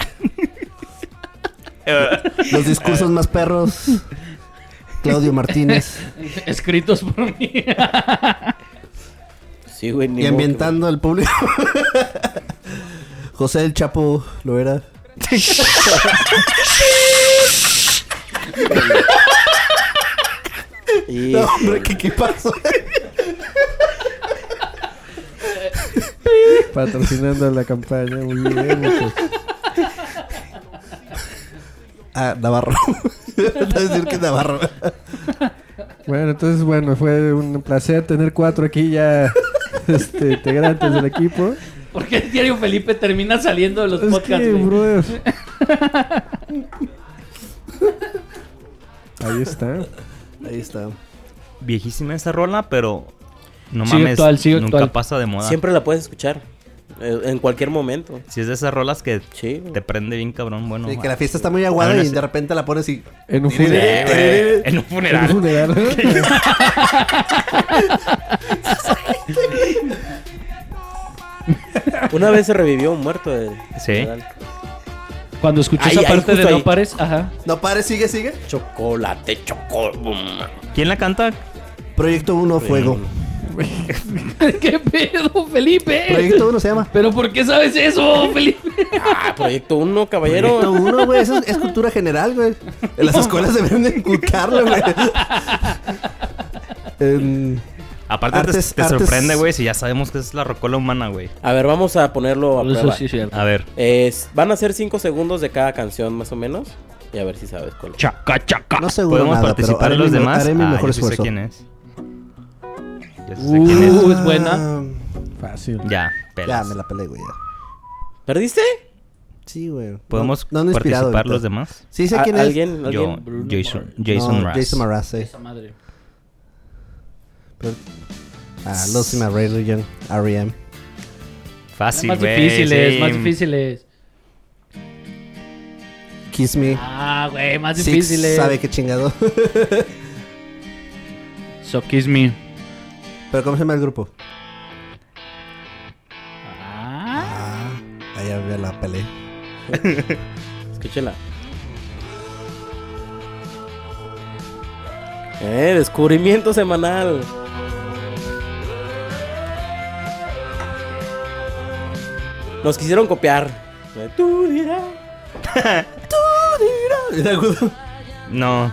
Los discursos más perros. Claudio Martínez.
Escritos por mí.
Sí, güey, ni
Y
modo que-
ambientando al público. José el Chapo lo era. No, hombre, ¿qué, qué pasó?
Patrocinando la campaña, muy bien. muchachos.
Ah, Navarro. Te voy a decir que Navarro.
Bueno, entonces, bueno, fue un placer tener cuatro aquí ya este, integrantes del equipo.
¿Por qué el diario Felipe termina saliendo de los podcasts?
que,
güey?
brother. Ahí está.
Ahí está.
Viejísima esa rola, pero no
Sigue
mames,
actual, sigue
nunca
actual.
pasa de moda.
Siempre la puedes escuchar. eh, En cualquier momento.
Si es de esas rolas que
Sí.
te prende bien cabrón, bueno.
Sí, que la fiesta está muy aguada
Aún
y
así-
de repente la pones y.
En
un funeral. Sí, güey. En un funeral.
En un funeral.
Una vez se revivió un muerto. De,
Sí.
Cuando escuché
Ahí,
esa
ahí,
parte de
justo
No
ahí.
Pares, ajá.
No pares, sigue, sigue.
Chocolate, chocolate.
¿Quién la canta?
Proyecto 1 Fuego.
¿Qué pedo, Felipe?
Proyecto 1 se llama.
¿Pero por qué sabes eso, Felipe?
Proyecto 1, caballero.
Proyecto 1, güey. Eso es, es cultura general, güey. En las escuelas deberían de inculcarlo, güey. En-
Aparte te-
Artes-
te,
artes-
sorprende, güey, si ya sabemos que es la rocola humana, güey.
A ver, vamos a ponerlo a
Eso
prueba.
sí es cierto. A ver.
Es- van a ser 5 segundos de cada canción, más o menos. Y a ver si sabes cuál.
Chaca, chaca.
No seguro
¿Podemos
nada, pero
participar
haré
los
mi-
demás?
haré mi
Ah,
mejor
yo sí sé
esfuerzo.
quién es. Yo sí sé quién es.
Uh,
es buena.
Fácil.
Ya,
Ya,
pelas.
me la pelé, güey. ya.
¿Perdiste?
Sí, güey.
¿Podemos
No- no han inspirado
participar
ahorita.
los demás?
Sí, sé
¿A-
quién es.
alguien?
Yo,
¿Alguien? Bruno
Jason,
Mars.
Jason
no,
Mars.
Jason Mraz, eh. sí.
Esa madre.
Pero- Ah, Lost in My Religion, R.E.M.
Fácil,
más
güey.
difíciles,
sí.
más difíciles.
Kiss Me.
Ah, güey, más
Six,
eh.
difíciles.
sabe qué chingado.
So Kiss Me.
Pero ¿cómo se llama el grupo?
Ah,
Ah, ahí había la pelea.
Escúchela. Eh, descubrimiento semanal. Nos quisieron copiar. Eh, Tú dirás.
No.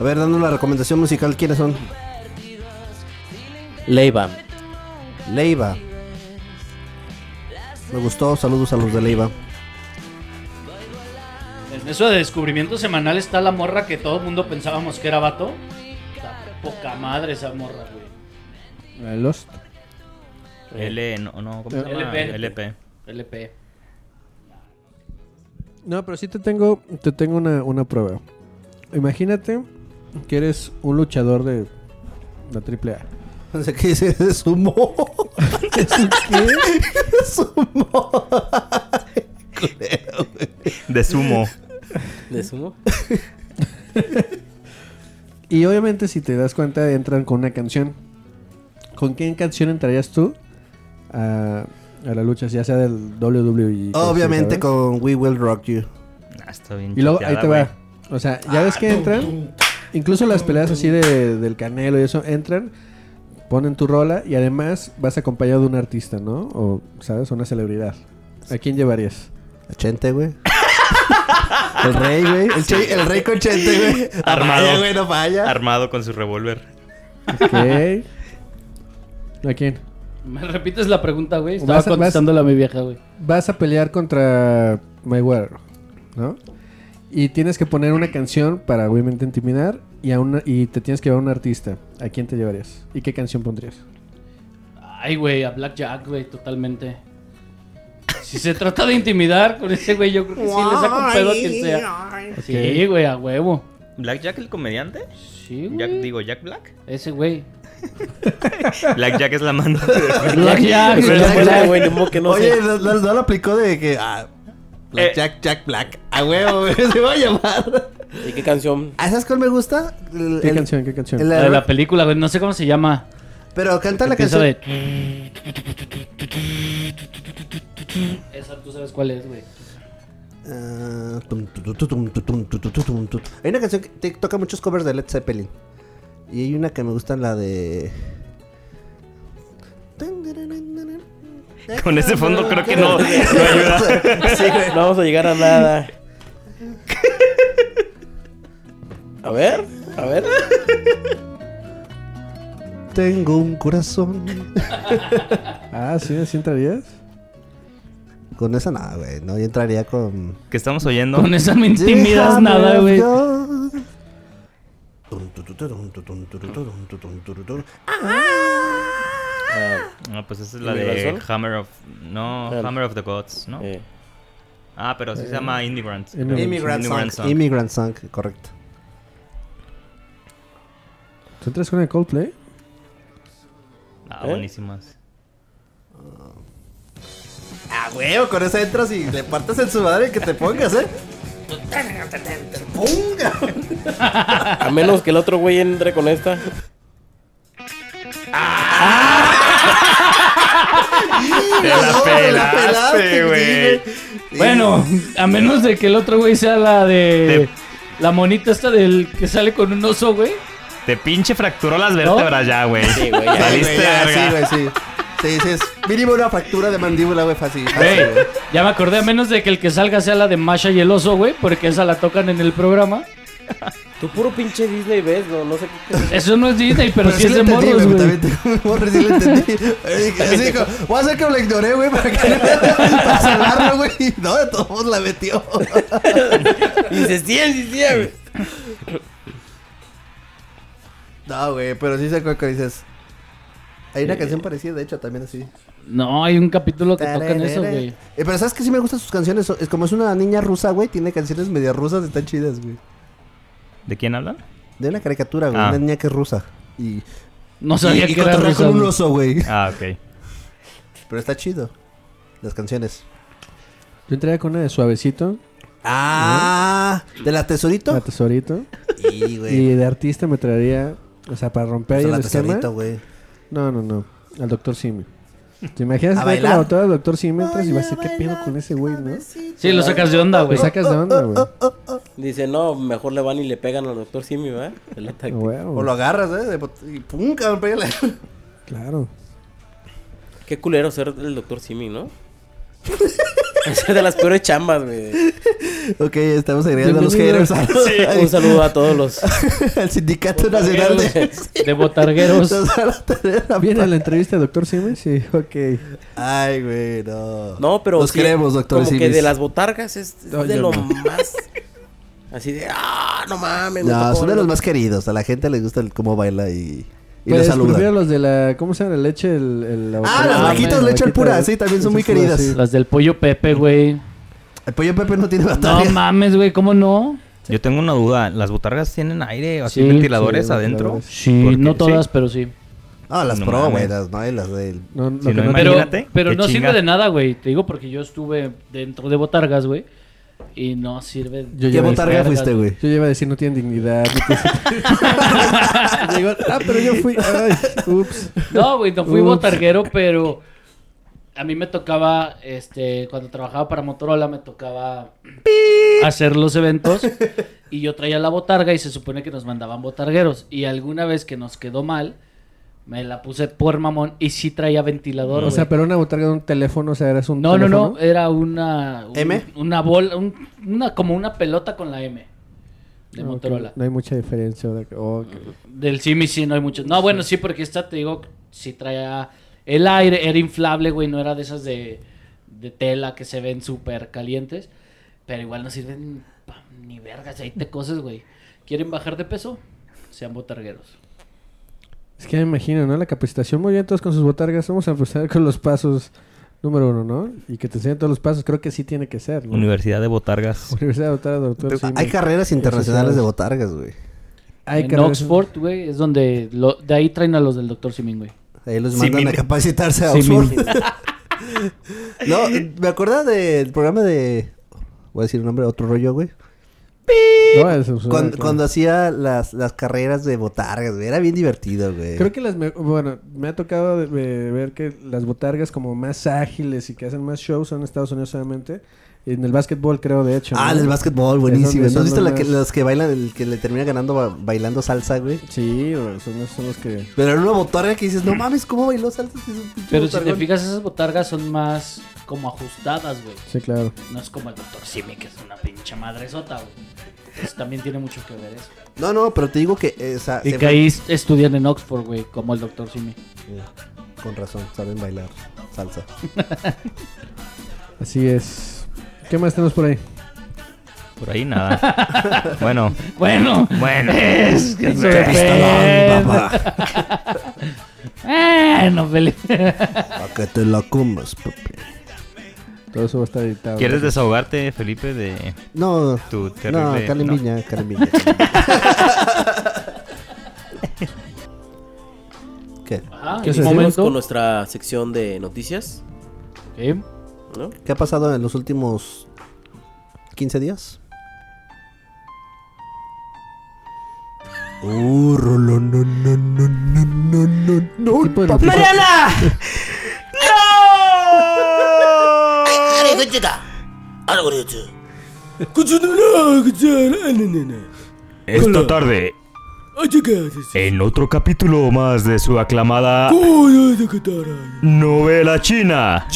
A ver, dando la recomendación musical, ¿quiénes son?
Leiva.
Leiva. Me gustó, saludos a los de Leiva.
en eso de descubrimiento semanal está la morra que todo el mundo pensábamos que era vato. Está poca madre esa morra, güey.
Eh, Lost.
L, no, no, ¿cómo se llama?
LP.
LP.
LP.
No, pero sí te tengo, te tengo una, una prueba. Imagínate que eres un luchador de la AAA.
Pensé que dice de sumo. ¿Es un qué? sumo.
De sumo.
¿De sumo?
Y obviamente, si te das cuenta, entran con una canción. ¿Con qué canción entrarías tú a, a la lucha, ya sea del WWE?
Obviamente
¿sabes?
con We Will Rock You.
Ah, está bien
Y luego ahí
choteada,
te
güey.
va. O sea, ya ves que entran, incluso las peleas así de, del Canelo y eso, entran Ponen tu rola y además vas acompañado de un artista, ¿no? O, ¿sabes? Una celebridad. ¿A quién llevarías? A Chente, güey.
El rey, güey. El, che- el rey con Chente, güey. No
Armado.
falla, güey, no falla.
Armado con su revólver.
Ok. ¿A quién?
¿Me repites la pregunta, güey? Estaba
Vas a- vas-
contestándola a mi vieja, güey.
Vas a pelear contra Mayweather, ¿no? Y tienes que poner una canción para obviamente intimidar y, a una, y te tienes que llevar a un artista. ¿A quién te llevarías? ¿Y qué canción pondrías?
Ay, güey, a Blackjack, güey, totalmente. Si se trata de intimidar con ese güey, yo creo que sí le saco un pedo a quien sea.
Ok.
Sí, güey, a huevo.
¿Black Jack el comediante?
Sí,
Jack, digo, Jack Black.
Ese güey.
Black Jack es la mano.
Black Jack,
Pero
Black
bueno,
Jack.
güey, ni modo que no
Oye,
sé. Eh.
no, no- no lo aplicó de que. Ah, Black Jack, Jack Black. A huevo, güey. Se va a llamar.
¿Y qué canción?
Ah, ¿Sabes cuál me gusta? El-
¿Qué
el-
canción? ¿Qué canción?
el-
La de la película, güey, no sé cómo se llama.
Pero canta la
Empieza
canción.
Esa tú sabes cuál es, güey.
Ah, tum, tu, tu, tu, tum, tu, tum, tu, tu, tu, tum, tu. Hay una canción que te toca muchos covers de Led Zeppelin. Y hay una que me gusta, la de.
Con ese fondo creo que no, no
ayuda. no vamos a llegar a nada. A ver, a ver.
Tengo un corazón.
ah, sí, así entrarías.
Con esa nada, güey. No, yo entraría con.
Que estamos oyendo.
Con esa no intimidas
Déjame
nada, güey.
hablar.
No, pues esa es la
¿Universal?
de Hammer of. No,
Claro.
Hammer of the Gods,
Eh.
¿no?
Eh,
Ah, pero sí
Eh,
se llama Immigrant.
Immigrant, Song. Immigrant Song, correcto.
¿Tú entras con el Coldplay?
Ah,
¿Eh?
buenísimas.
Ah, huevo, con esa entras y le partes en su madre que te pongas, ¿eh?
A menos que el otro güey entre con esta.
Te la
pelaste,
pelaste, güey.
Bueno, a menos de que el otro güey sea la de... La monita esta del que sale con un oso, güey.
Te pinche fracturó las vértebras ya, güey.
Sí, güey, ya.
Saliste
Güey, ya,
verga.
Sí, güey, sí. Sí, sí, es mínimo una fractura de mandíbula, güey, fácil. fácil,
Güey,
Ah, güey.
ya me acordé, a menos de que el que salga sea la de Masha y el oso, güey, porque esa la tocan en el programa.
Tú puro pinche Disney ves, no, no sé qué.
Eso no es Disney, pero, sí, es de
Pues entendí,
morros,
güey,
güey.
también te- morros, sí lo entendí. Eh, dije, así dijo, voy a hacer que lo ignoré, güey, para que para salvarlo, güey. Y No, de todos modos la metió.
Dice, sí, sí, sí, güey.
No, güey, pero sí sé cuál que dices. Hay una canción parecida, de hecho, también así.
Eh, No, hay un capítulo que tocan eso, güey.
Eh, pero sabes que sí me gustan sus canciones. Es como es una niña rusa, güey, tiene canciones media rusas, están chidas, güey.
¿De quién hablan?
De una caricatura, güey.
Ah.
Una niña que es rusa. Y.
No sabía
y- y
que era
cotorrea
rusa,
con un
güey.
oso, güey.
Ah, ok.
Pero está chido. Las canciones.
Yo entraría con una de Suavecito.
Ah, ¿de la Tesorito?
La Tesorito.
Y, güey.
Y de artista me traería, o sea, para romper ahí
Pues a la
el esquema.
Tesorito, güey.
No, no, no. Al Doctor Simi. ¿Te imaginas
¿A
estar con
bailar?
la autora del Doctor Simi entras y vas a decir, ¿qué pedo con ese güey, no?
Sí, lo sacas de onda, güey.
Lo sacas de
Oh,
onda, güey.
Dice, no, mejor le van y le pegan al doctor Simi, ¿verdad? El ataque.
Huevo.
O lo agarras, ¿eh? de bot- y pum, cabrón, pégale.
Claro.
Qué culero ser el doctor Simi, ¿no? Esa es de las peores chambas, güey.
ok, estamos agregando a los haters.
Bienvenidos. Sí, un saludo a todos los.
Al Sindicato Nacional de.
De botargueros.
Nos van a tener a-
¿Viene a la entrevista de Doctor Simi? Sí, ok.
Ay, güey, no.
No, pero.
Los
sí,
queremos, doctor
Como que
Simis.
de las botargas es, es
No,
de
yo
lo
no.
más. Así de. ¡Ah! No mames. me
No,
tocó
son de los
verlo".
más queridos. A la gente le gusta el cómo baila y. Y
Pues
le saluda.
prefiero los de la. ¿Cómo se llama? La leche, el. el la
Ah,
botella.
las vaquitas
la
leche al
vaquita
pura,
de-
sí, también son
leche
muy
al pura,
queridas.
sí. Ah,
Las del pollo Pepe, güey.
El pollo Pepe no tiene
No
batalla.
mames, güey, ¿cómo no?
Yo tengo una duda. ¿Las botargas tienen aire o así
Sí,
ventiladores
sí,
adentro?
ventiladores. Sí, no todas, pero sí.
Ah, las
No
pro,
mames.
güey. Las, no, y las del.
No,
Si no,
Pero,
imagínate.
pero
qué
no
chinga.
sirve de nada, güey. Te digo porque yo estuve dentro de botargas, güey. Y no sirve.
Yo
de
llevo
verga,
güey?
Yo iba a decir, no tienen dignidad. ni que- Llegó, ah, pero yo fui. Ay, ups.
No, güey, no fui
Ups.
botarguero, pero a mí me tocaba, este, cuando trabajaba para Motorola, me tocaba hacer los eventos y yo traía la botarga y se supone que nos mandaban botargueros. Y alguna vez que nos quedó mal, Me la puse por mamón y sí traía ventilador.
o
güey.
sea, pero una botarga de un teléfono, o sea, eres un
no, no,
teléfono.
no, era una un-
¿M?
una bola, un- una como una pelota con la M de
Ah, ok.
Motorola.
No hay mucha diferencia. de- oh, ok.
Del Simi sí no hay mucho. No, bueno, sí, porque esta te digo, sí traía el aire, era inflable, güey, no era de esas de, de tela que se ven súper calientes, pero igual no sirven pa- ni vergas, ahí te cosas, güey. ¿Quieren bajar de peso? Sean botargueros.
Es que me imagino, ¿no? La capacitación muy bien, todos con sus botargas. Vamos a empezar con los pasos número uno, ¿no? Y que te enseñen todos los pasos. Creo que sí tiene que ser, ¿no?
Universidad de Botargas.
Universidad de Botargas, doctor. Simi.
Hay carreras internacionales de botargas, güey.
Hay
en
carreras-
Oxford, güey, es donde lo- de ahí traen a los del doctor Simin, güey.
Ahí los mandan a capacitarse a Oxford. no, me acuerdo del programa de. Voy a decir un nombre, otro rollo, güey.
No, eso suena
Cuando,
claro.
cuando hacía las, las carreras de botargas, güey. Era bien divertido, güey.
Creo que las... me- Bueno, me ha tocado de- de ver que las botargas como más ágiles y que hacen más shows son en Estados Unidos solamente. Y en el básquetbol, creo, de hecho.
Ah,
¿no?
el básquetbol,
Es donde
buenísimo. ¿No has
son
visto
los
la que-
más-
los que bailan, el que le termina ganando ba- bailando salsa, güey?
Sí, güey, son, son los que...
Pero era una botarga que dices, no mames, ¿cómo bailó salsa? Si es un pinche
Pero si te
botargón?"
fijas, esas botargas son más como ajustadas, güey.
Sí, claro.
No es como el doctor Simi, que es una pinche madresota, güey. Entonces, también tiene mucho que ver eso.
No, no, pero te digo que... eh, o sea,
Y
se
que
fue-
ahí est- estudian en Oxford, güey, como el doctor Simi.
Con razón, saben bailar salsa.
Así es. ¿Qué más tenemos por ahí?
Por ahí nada. bueno.
Bueno.
Bueno.
Es que se
Te
ofende. Bueno, Felipe.
Para que te la comas, papi.
Todo eso va a estar editado.
¿Quieres desahogarte, Felipe, de
No,
tu terrible...
no, Carmen Viña, Carmen Viña. ¿Qué?
Ajá,
¿Qué
¿Qué
se
momento?
dice?
con nuestra sección de noticias.
¿Qué?
¿No?
¿Qué ha pasado en los últimos 15 días? Uh, Rolo, no, no, no, no, no, no, no, papi.
¡Mariana!
Esta tarde, en otro capítulo más de su aclamada novela china,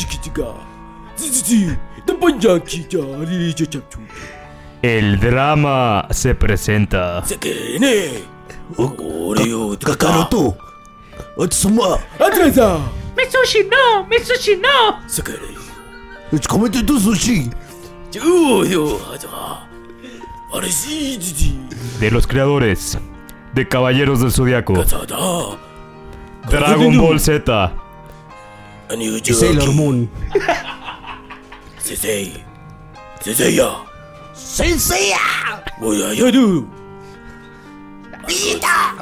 el drama se presenta.
Kakaroto.
Otsuma.
¡Atrasa! ¡Mitsushi no! ¡Mitsushi no!
¡Cómete tu sushi!
de los creadores de Caballeros del Zodiaco, Dragon
Kazuno.
Ball Z,
Y Sailor
Moon.
¡Sensei!
¡Senseiya!
¡Senseiya!
Voy a Yaru.
¡Vida!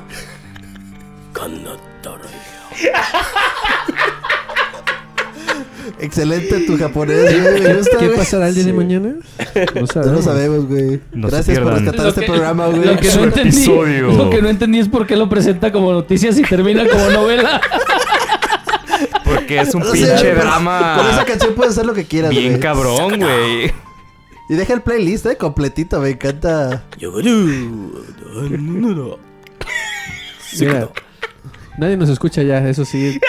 Excelente tu japonés, güey. me gusta,
¿Qué
güey.
pasará el día de
Sí.
mañana? No
No lo sabemos, güey.
No se
Gracias por
pierdan.
rescatar
Lo
este
que-
programa, güey.
Lo que, no entendí, lo que no entendí es por qué lo presenta como noticias y termina como novela.
Porque es un
No sé,
pinche
pero
drama.
Con esa canción puedes hacer lo que quieras, güey.
Bien cabrón, güey.
Y deja el playlist, eh, completito, me encanta.
Mira, nadie nos escucha ya, eso sí.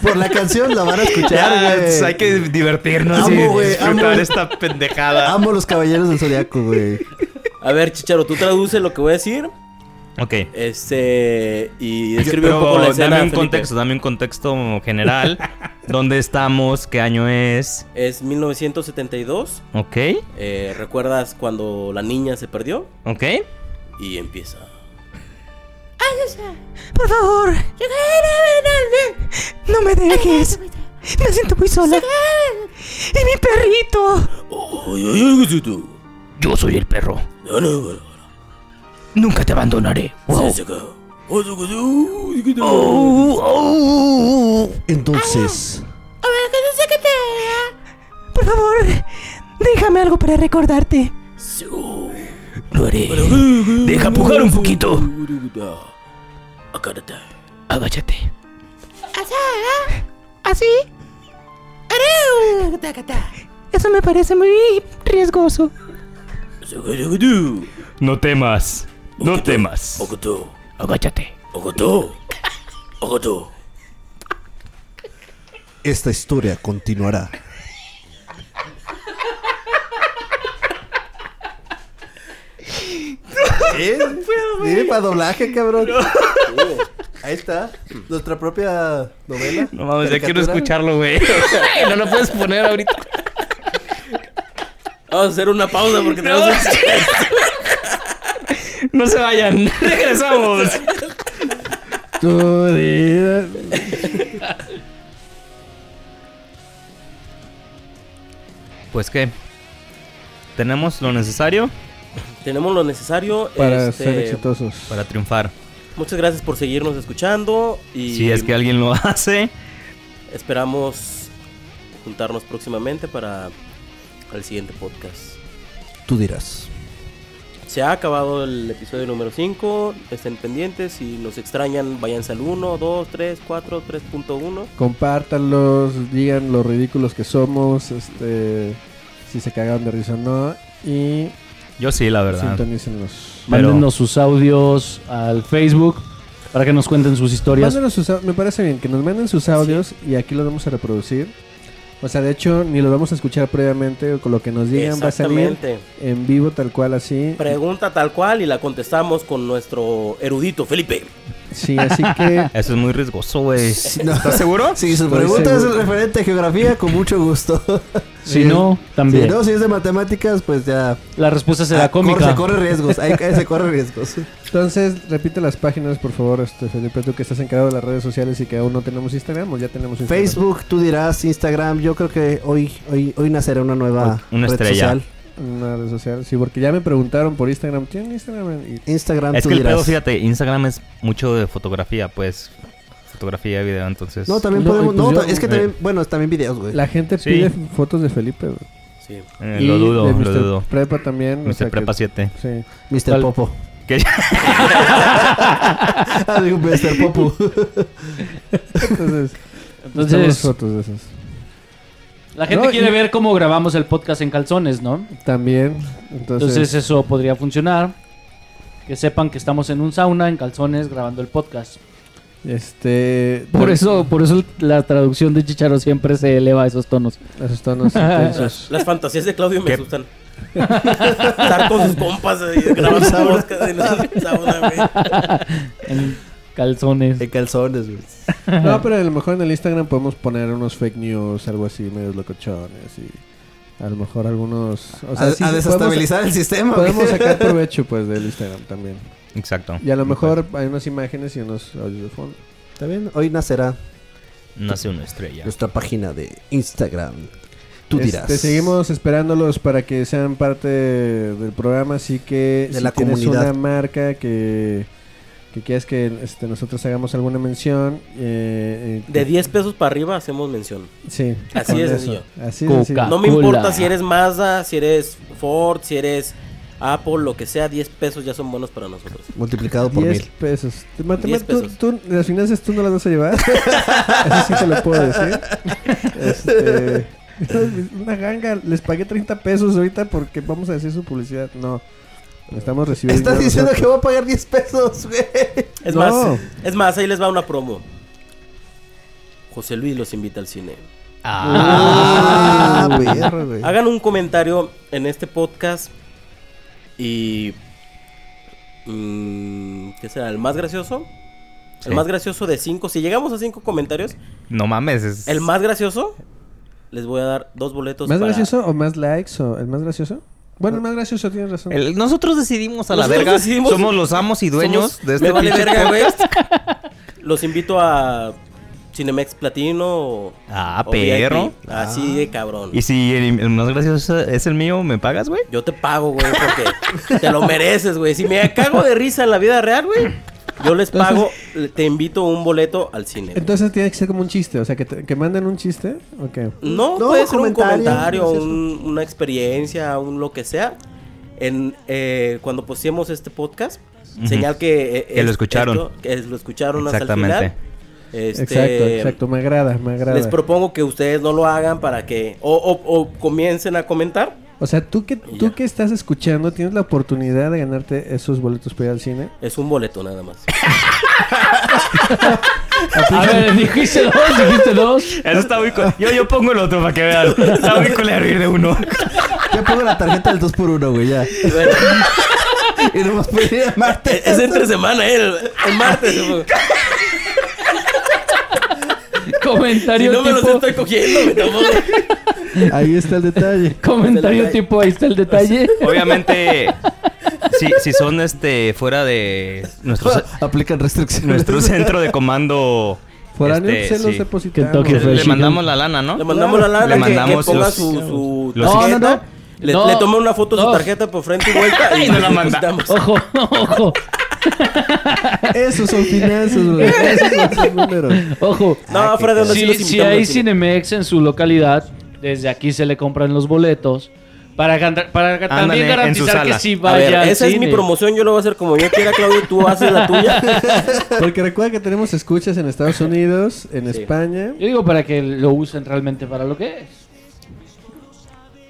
Por la canción la van a escuchar,
pues,
güey.
Pues hay
Eh.
que divertirnos
Amo,
y
güey,
disfrutar
amo.
esta pendejada.
Amo los caballeros del Zodiaco, güey.
A ver, Chicharo, tú traduce lo que voy a decir.
Ok.
Este. Y
Yo-
describe
pero
un poco la escena.
dame un
Felipe.
contexto, dame un contexto general. ¿Dónde estamos? ¿Qué año es?
Es 1972.
Ok,
Eh, ¿Recuerdas cuando la niña se perdió?
ok.
Y empieza.
Por favor, no me dejes. Me siento muy sola. Y mi perrito.
Yo soy el perro. Nunca te abandonaré.
Oh.
Entonces,
Por favor, déjame algo para recordarte.
Lo haré. Deja pujar
Uh.
un poquito. Agáchate. Agáchate.
¿Así? Eso me parece muy riesgoso.
No temas, no temas.
Agáchate. Agáchate. Ojo tú.
Esta historia continuará. ¿Eh? Sí, para doblaje, cabrón. Sí. Ahí está. Nuestra propia novela.
No mames, ya quiero
Caricatura.
escucharlo, güey. no lo puedes poner ahorita.
Vamos a hacer una pausa porque
No.
tenemos
No se vayan. Regresamos.
Tú dirás.
Pues qué. Tenemos lo necesario
Tenemos lo necesario
Para
este,
ser exitosos. para triunfar.
Muchas gracias por seguirnos escuchando y
Si es que alguien lo hace.
esperamos juntarnos próximamente para el siguiente podcast.
Tú dirás.
Se ha acabado el episodio número 5. Estén pendientes. Si nos extrañan, váyanse al 1, 2, 3, 4, 3.1.
Compártanlos, digan los ridículos que somos, este, si se cagan de risa o no. Y
Yo sí, la verdad.
Sintonícenos.
Mándenos sus audios al Facebook para que nos cuenten sus historias.
Mándenos sus au- me parece bien que nos manden sus audios y aquí los vamos a reproducir. O sea, de hecho, ni los vamos a escuchar previamente, con lo que nos digan va a salir
Exactamente.
en vivo tal cual así.
Pregunta tal cual y la contestamos con nuestro erudito Felipe.
Sí, así que
Eso es muy riesgoso, güey.
no.
¿Estás seguro?
Si su
Estoy
pregunta es
seguro.
referente a geografía, con mucho gusto.
Si no,
también.
Si no, si es de matemáticas, pues ya.
La respuesta será
Ah, corre-
cómica.
se corre riesgos. Ahí ahí se corre riesgos.
Entonces, repite las páginas, por favor, este, Felipe, tú que estás encargado de las redes sociales y que aún no tenemos Instagram, o ya tenemos Instagram.
Facebook, tú dirás, Instagram. Yo creo que hoy, hoy, hoy nacerá una nueva
Una
red
estrella.
social.
Una red social, sí, porque ya me preguntaron por Instagram. ¿Tienen Instagram? Y-
Instagram,
Es que el pedo, fíjate, Instagram es mucho de fotografía, pues. Fotografía, video, entonces.
No, también
No,
podemos.
y pues
No,
yo-
ta- es que
Eh.
también. Bueno, también videos, güey.
La gente
Sí.
pide fotos de Felipe, güey.
Sí.
Eh, lo dudo,
de
lo
Mr.
dudo.
Prepa también. o
Mr.
sea que-
Prepa 7.
Sí.
Mr.
Tal-
Popo.
Que-
Ah, digo, Mr. Popo.
Entonces,
Entonces-
Entonces, fotos de esas.
La gente
No,
quiere
y-
ver cómo grabamos el podcast en calzones, ¿no?
También.
Entonces,
Entonces,
eso podría funcionar. Que sepan que estamos en un sauna en calzones grabando el podcast.
este.
Por eso, por eso la traducción de Chicharo siempre se eleva a esos tonos.
Esos tonos
Las, las fantasías de Claudio me asustan. Estar con sus compas eh, grabando
Sauna.
podcast en la sauna, güey.
En calzones.
En calzones, güey.
No, pero a lo mejor en el Instagram podemos poner unos fake news, algo así, medios locochones y a lo mejor algunos. O
A-
sea, sí,
a
sí,
desestabilizar el sistema, güey.
Podemos sacar provecho, pues, del Instagram también.
Exacto.
Y a lo mejor hay unas imágenes y unos audios de fondo.
También hoy nacerá
Pues, Nace una estrella.
nuestra página de Instagram. Tú
Este,
dirás.
seguimos esperándolos para que sean parte del programa, así que
De
si
la
tienes
comunidad.
una marca que, que quieras que este, nosotros hagamos alguna mención. eh, eh,
De 10 pesos para arriba hacemos mención.
Sí,
Así
con
es,
eso.
sencillo.
Así de sencillo.
No me
Coca-Cola.
importa si eres Mazda, si eres Ford, si eres Apple, lo que sea, 10 pesos ya son buenos para nosotros.
Multiplicado por
10
mil.
pesos. Te- Mate,
10
Mate, tú-
pesos.
tú- las finanzas tú no las vas a llevar. Eso sí se lo puedo decir. Este, una ganga. Les pagué 30 pesos ahorita porque vamos a decir su publicidad. No. Estamos recibiendo.
Estás diciendo que
nosotros.
voy a pagar 10 pesos, güey.
Es
No.
más, es más, ahí les va una promo. José Luis los invita al cine.
Ah, perro, güey.
Hagan un comentario en este podcast y mm, ¿qué será? El más gracioso.
Sí.
El más gracioso de cinco. Si llegamos a cinco comentarios,
No mames. Es...
el más gracioso les voy a dar dos boletos.
¿Más
para-
gracioso o más likes? O ¿El más gracioso? Bueno, el más gracioso, tienes razón.
El- nosotros decidimos a la
Nosotros
verga.
decidimos-
Somos los amos y dueños
Somos-
de este
Me vale
pinche
verga, güey.
podcast.
Los invito a Cinemex Platino. o-
Ah,
o
perro. Ah.
VIP. Así de cabrón.
Y si el, el más gracioso es el mío, ¿me pagas, güey?
Yo te pago, güey, porque te lo mereces, güey. Si me cago de risa en la vida real, güey, yo les pago, le- te invito un boleto al cine.
Entonces tiene que ser como un chiste. O sea, que, te- que manden un chiste. Ok.
No,
No,
puede ser
comentario,
un comentario,
es eso.
un- una experiencia, un lo que sea. En, eh, cuando posteemos este podcast,
Ujú.
señal que... eh,
Que lo escucharon.
que lo escucharon hasta el
Exactamente.
final. Este,
Exacto, exacto. Me agrada, me agrada.
Les propongo que ustedes no lo hagan para que... O, o- o comiencen a comentar
O sea, tú que, tú que estás escuchando, tienes la oportunidad de ganarte esos boletos para ir al cine.
Es un boleto nada más.
A ver, dijiste dos, dijiste dos.
Eso está muy cul- Yo, yo pongo el otro para que vean. Está muy culero ir de uno.
Yo pongo la tarjeta del 2x1, güey, ya. y nomás puedes ir el martes.
Es entre semana, ¿eh? el, el martes.
Comentario
Si no me los
tipo...
estoy cogiendo, me tomo.
Ahí está el detalle.
Comentario tipo, ahí está el detalle.
Obviamente, si, si son este fuera de nuestro, ce-
Aplican restricciones.
nuestro centro de comando.
Foráneos
este,
se los
sí.
depositamos. Pues,
Le-
Kentucky Fried
le
Chicken.
mandamos la lana, ¿no?
Le mandamos la lana,
Le mandamos
que, que ponga
los-
su, su
los-
tarjeta.
No, no, no.
Le,
No,
le toma una foto a su
no.
tarjeta por frente y vuelta
Y
y
nos
nos
la manda.
Ojo,
ojo.
Esos son finanzas, güey. Esos son sus números.
Ojo.
No, Ah, Fred, aún así
si,
los
si
invitamos
hay
al cine.
Cinemex en su localidad, desde aquí se le compran los boletos. Para, gan- para ga- también garantizar que sí
A ver,
vaya al
esa es mi
cine.
promoción, yo lo voy a hacer como yo quiera, Claudio, tú haces la tuya.
Porque recuerda que tenemos escuchas en Estados Unidos, en España.
Yo digo para que lo usen realmente para lo que es.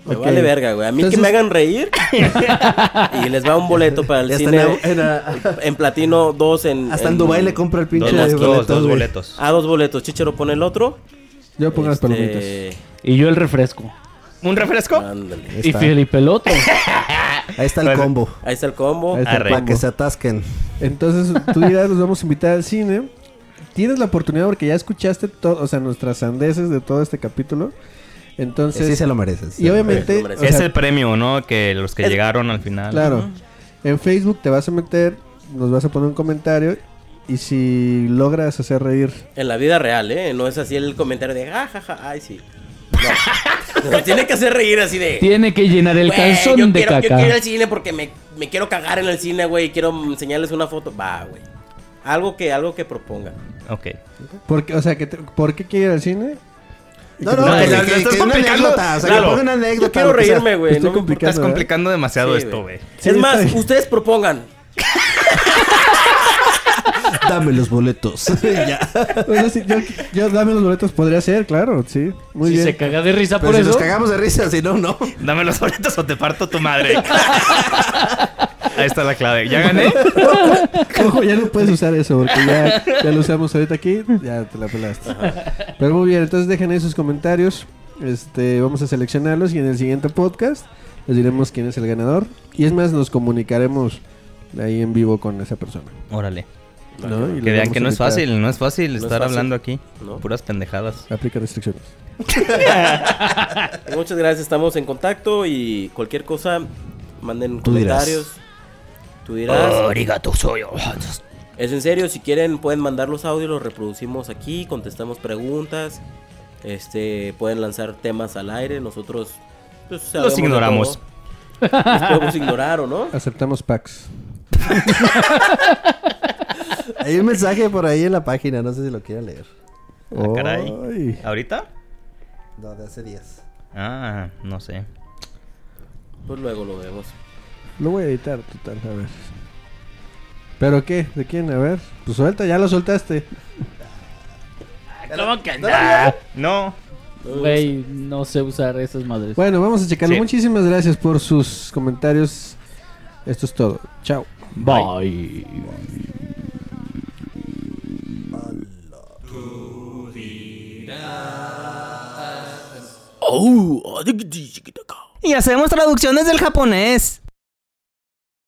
Me
Ok.
vale verga, güey. A mí
Entonces-
que me hagan reír y les va un boleto para el
Hasta
cine
en la- en
en, platino, dos en...
Hasta en Dubái le compra el pinche
dos,
boleto,
dos, dos
güey.
boletos. Ah, dos boletos. Chichero pone el otro.
Yo pongo
Este,
las palomitas.
Eh,
Y yo el refresco.
¿Un refresco?
Y Felipe el otro.
Ahí está el combo.
Ahí está el combo.
Ahí está el
Arre.
Para que se atasquen.
Entonces, tú dirás, los vamos a invitar al cine. Tienes la oportunidad porque ya escuchaste todo, o sea, nuestras sandeces de todo este capítulo. Entonces,
Sí se lo mereces.
Y obviamente, o sea,
es el premio, ¿no? Que los que llegaron al final.
Claro. En Facebook te vas a meter, nos vas a poner un comentario y si logras hacer reír.
En la vida real, ¿eh? No es así el comentario de jajaja, ay sí. No. Nos tiene que hacer reír así de.
Tiene que llenar el
"Güey,
calzón
yo
de
quiero, Yo
caca".
quiero ir al cine porque me, me quiero cagar en el cine, güey. y Quiero enseñarles una foto. Va, güey. Algo que, algo que proponga.
Ok.
Porque, o sea, que te- ¿por qué quiere ir al cine? Y que
no,
te-
no,
que-
no, no,
que-
no,
que
estás
una
complicando.
anécdota, o sea, que
Claro.
ponga una anécdota,
Yo quiero
lo que sea.
reírme, güey.
Pues Estoy ¿eh?
no me importa.
Estás complicando demasiado esto, güey.
es más, ustedes propongan.
Dame los boletos. Ya.
o sea, si yo, yo dame los boletos, podría ser, claro, sí. Muy
Si
bien.
se caga de risa
Pero
por
si
eso.
nos cagamos de risa, si no, no.
Dame los boletos o te parto tu madre. Ahí está la clave. ¿Ya gané?
Ojo, ya no puedes usar eso porque ya, ya lo usamos ahorita aquí, ya te la pelaste. Pero muy bien, entonces dejen ahí sus comentarios. Este, vamos a seleccionarlos y en el siguiente podcast les diremos quién es el ganador. Y es más, nos comunicaremos ahí en vivo con esa persona.
Órale.
¿No? Y
que
le
vean
vamos
que
a
no es
invitar.
fácil, no es fácil
No es
estar
fácil.
hablando aquí.
No.
Puras pendejadas.
Aplica restricciones.
Muchas gracias, estamos en contacto y cualquier cosa, manden
Tú dirás.
comentarios. Tú dirás.
Arigato, soy yo.
Es en serio, si quieren pueden mandar los audios, los reproducimos aquí, contestamos preguntas, este, pueden lanzar temas al aire, nosotros pues, sabemos
Los
de
ignoramos.
todo. Los podemos ignorar o no.
Aceptamos packs.
Hay un mensaje por ahí en la página, no sé si lo quiero leer.
Ah, caray.
Ay.
¿Ahorita?
No, de hace días.
Ah, no sé.
Pues luego lo vemos.
Lo voy a editar, total, a ver. ¿Pero qué? ¿De quién? A ver. Pues suelta, ya lo soltaste.
¿Cómo que
No.
Güey, no sé usar esas madres.
Bueno, vamos a checarlo.
Sí.
Muchísimas gracias por sus comentarios. Esto es todo. Chao.
Bye.
Y hacemos traducciones del japonés.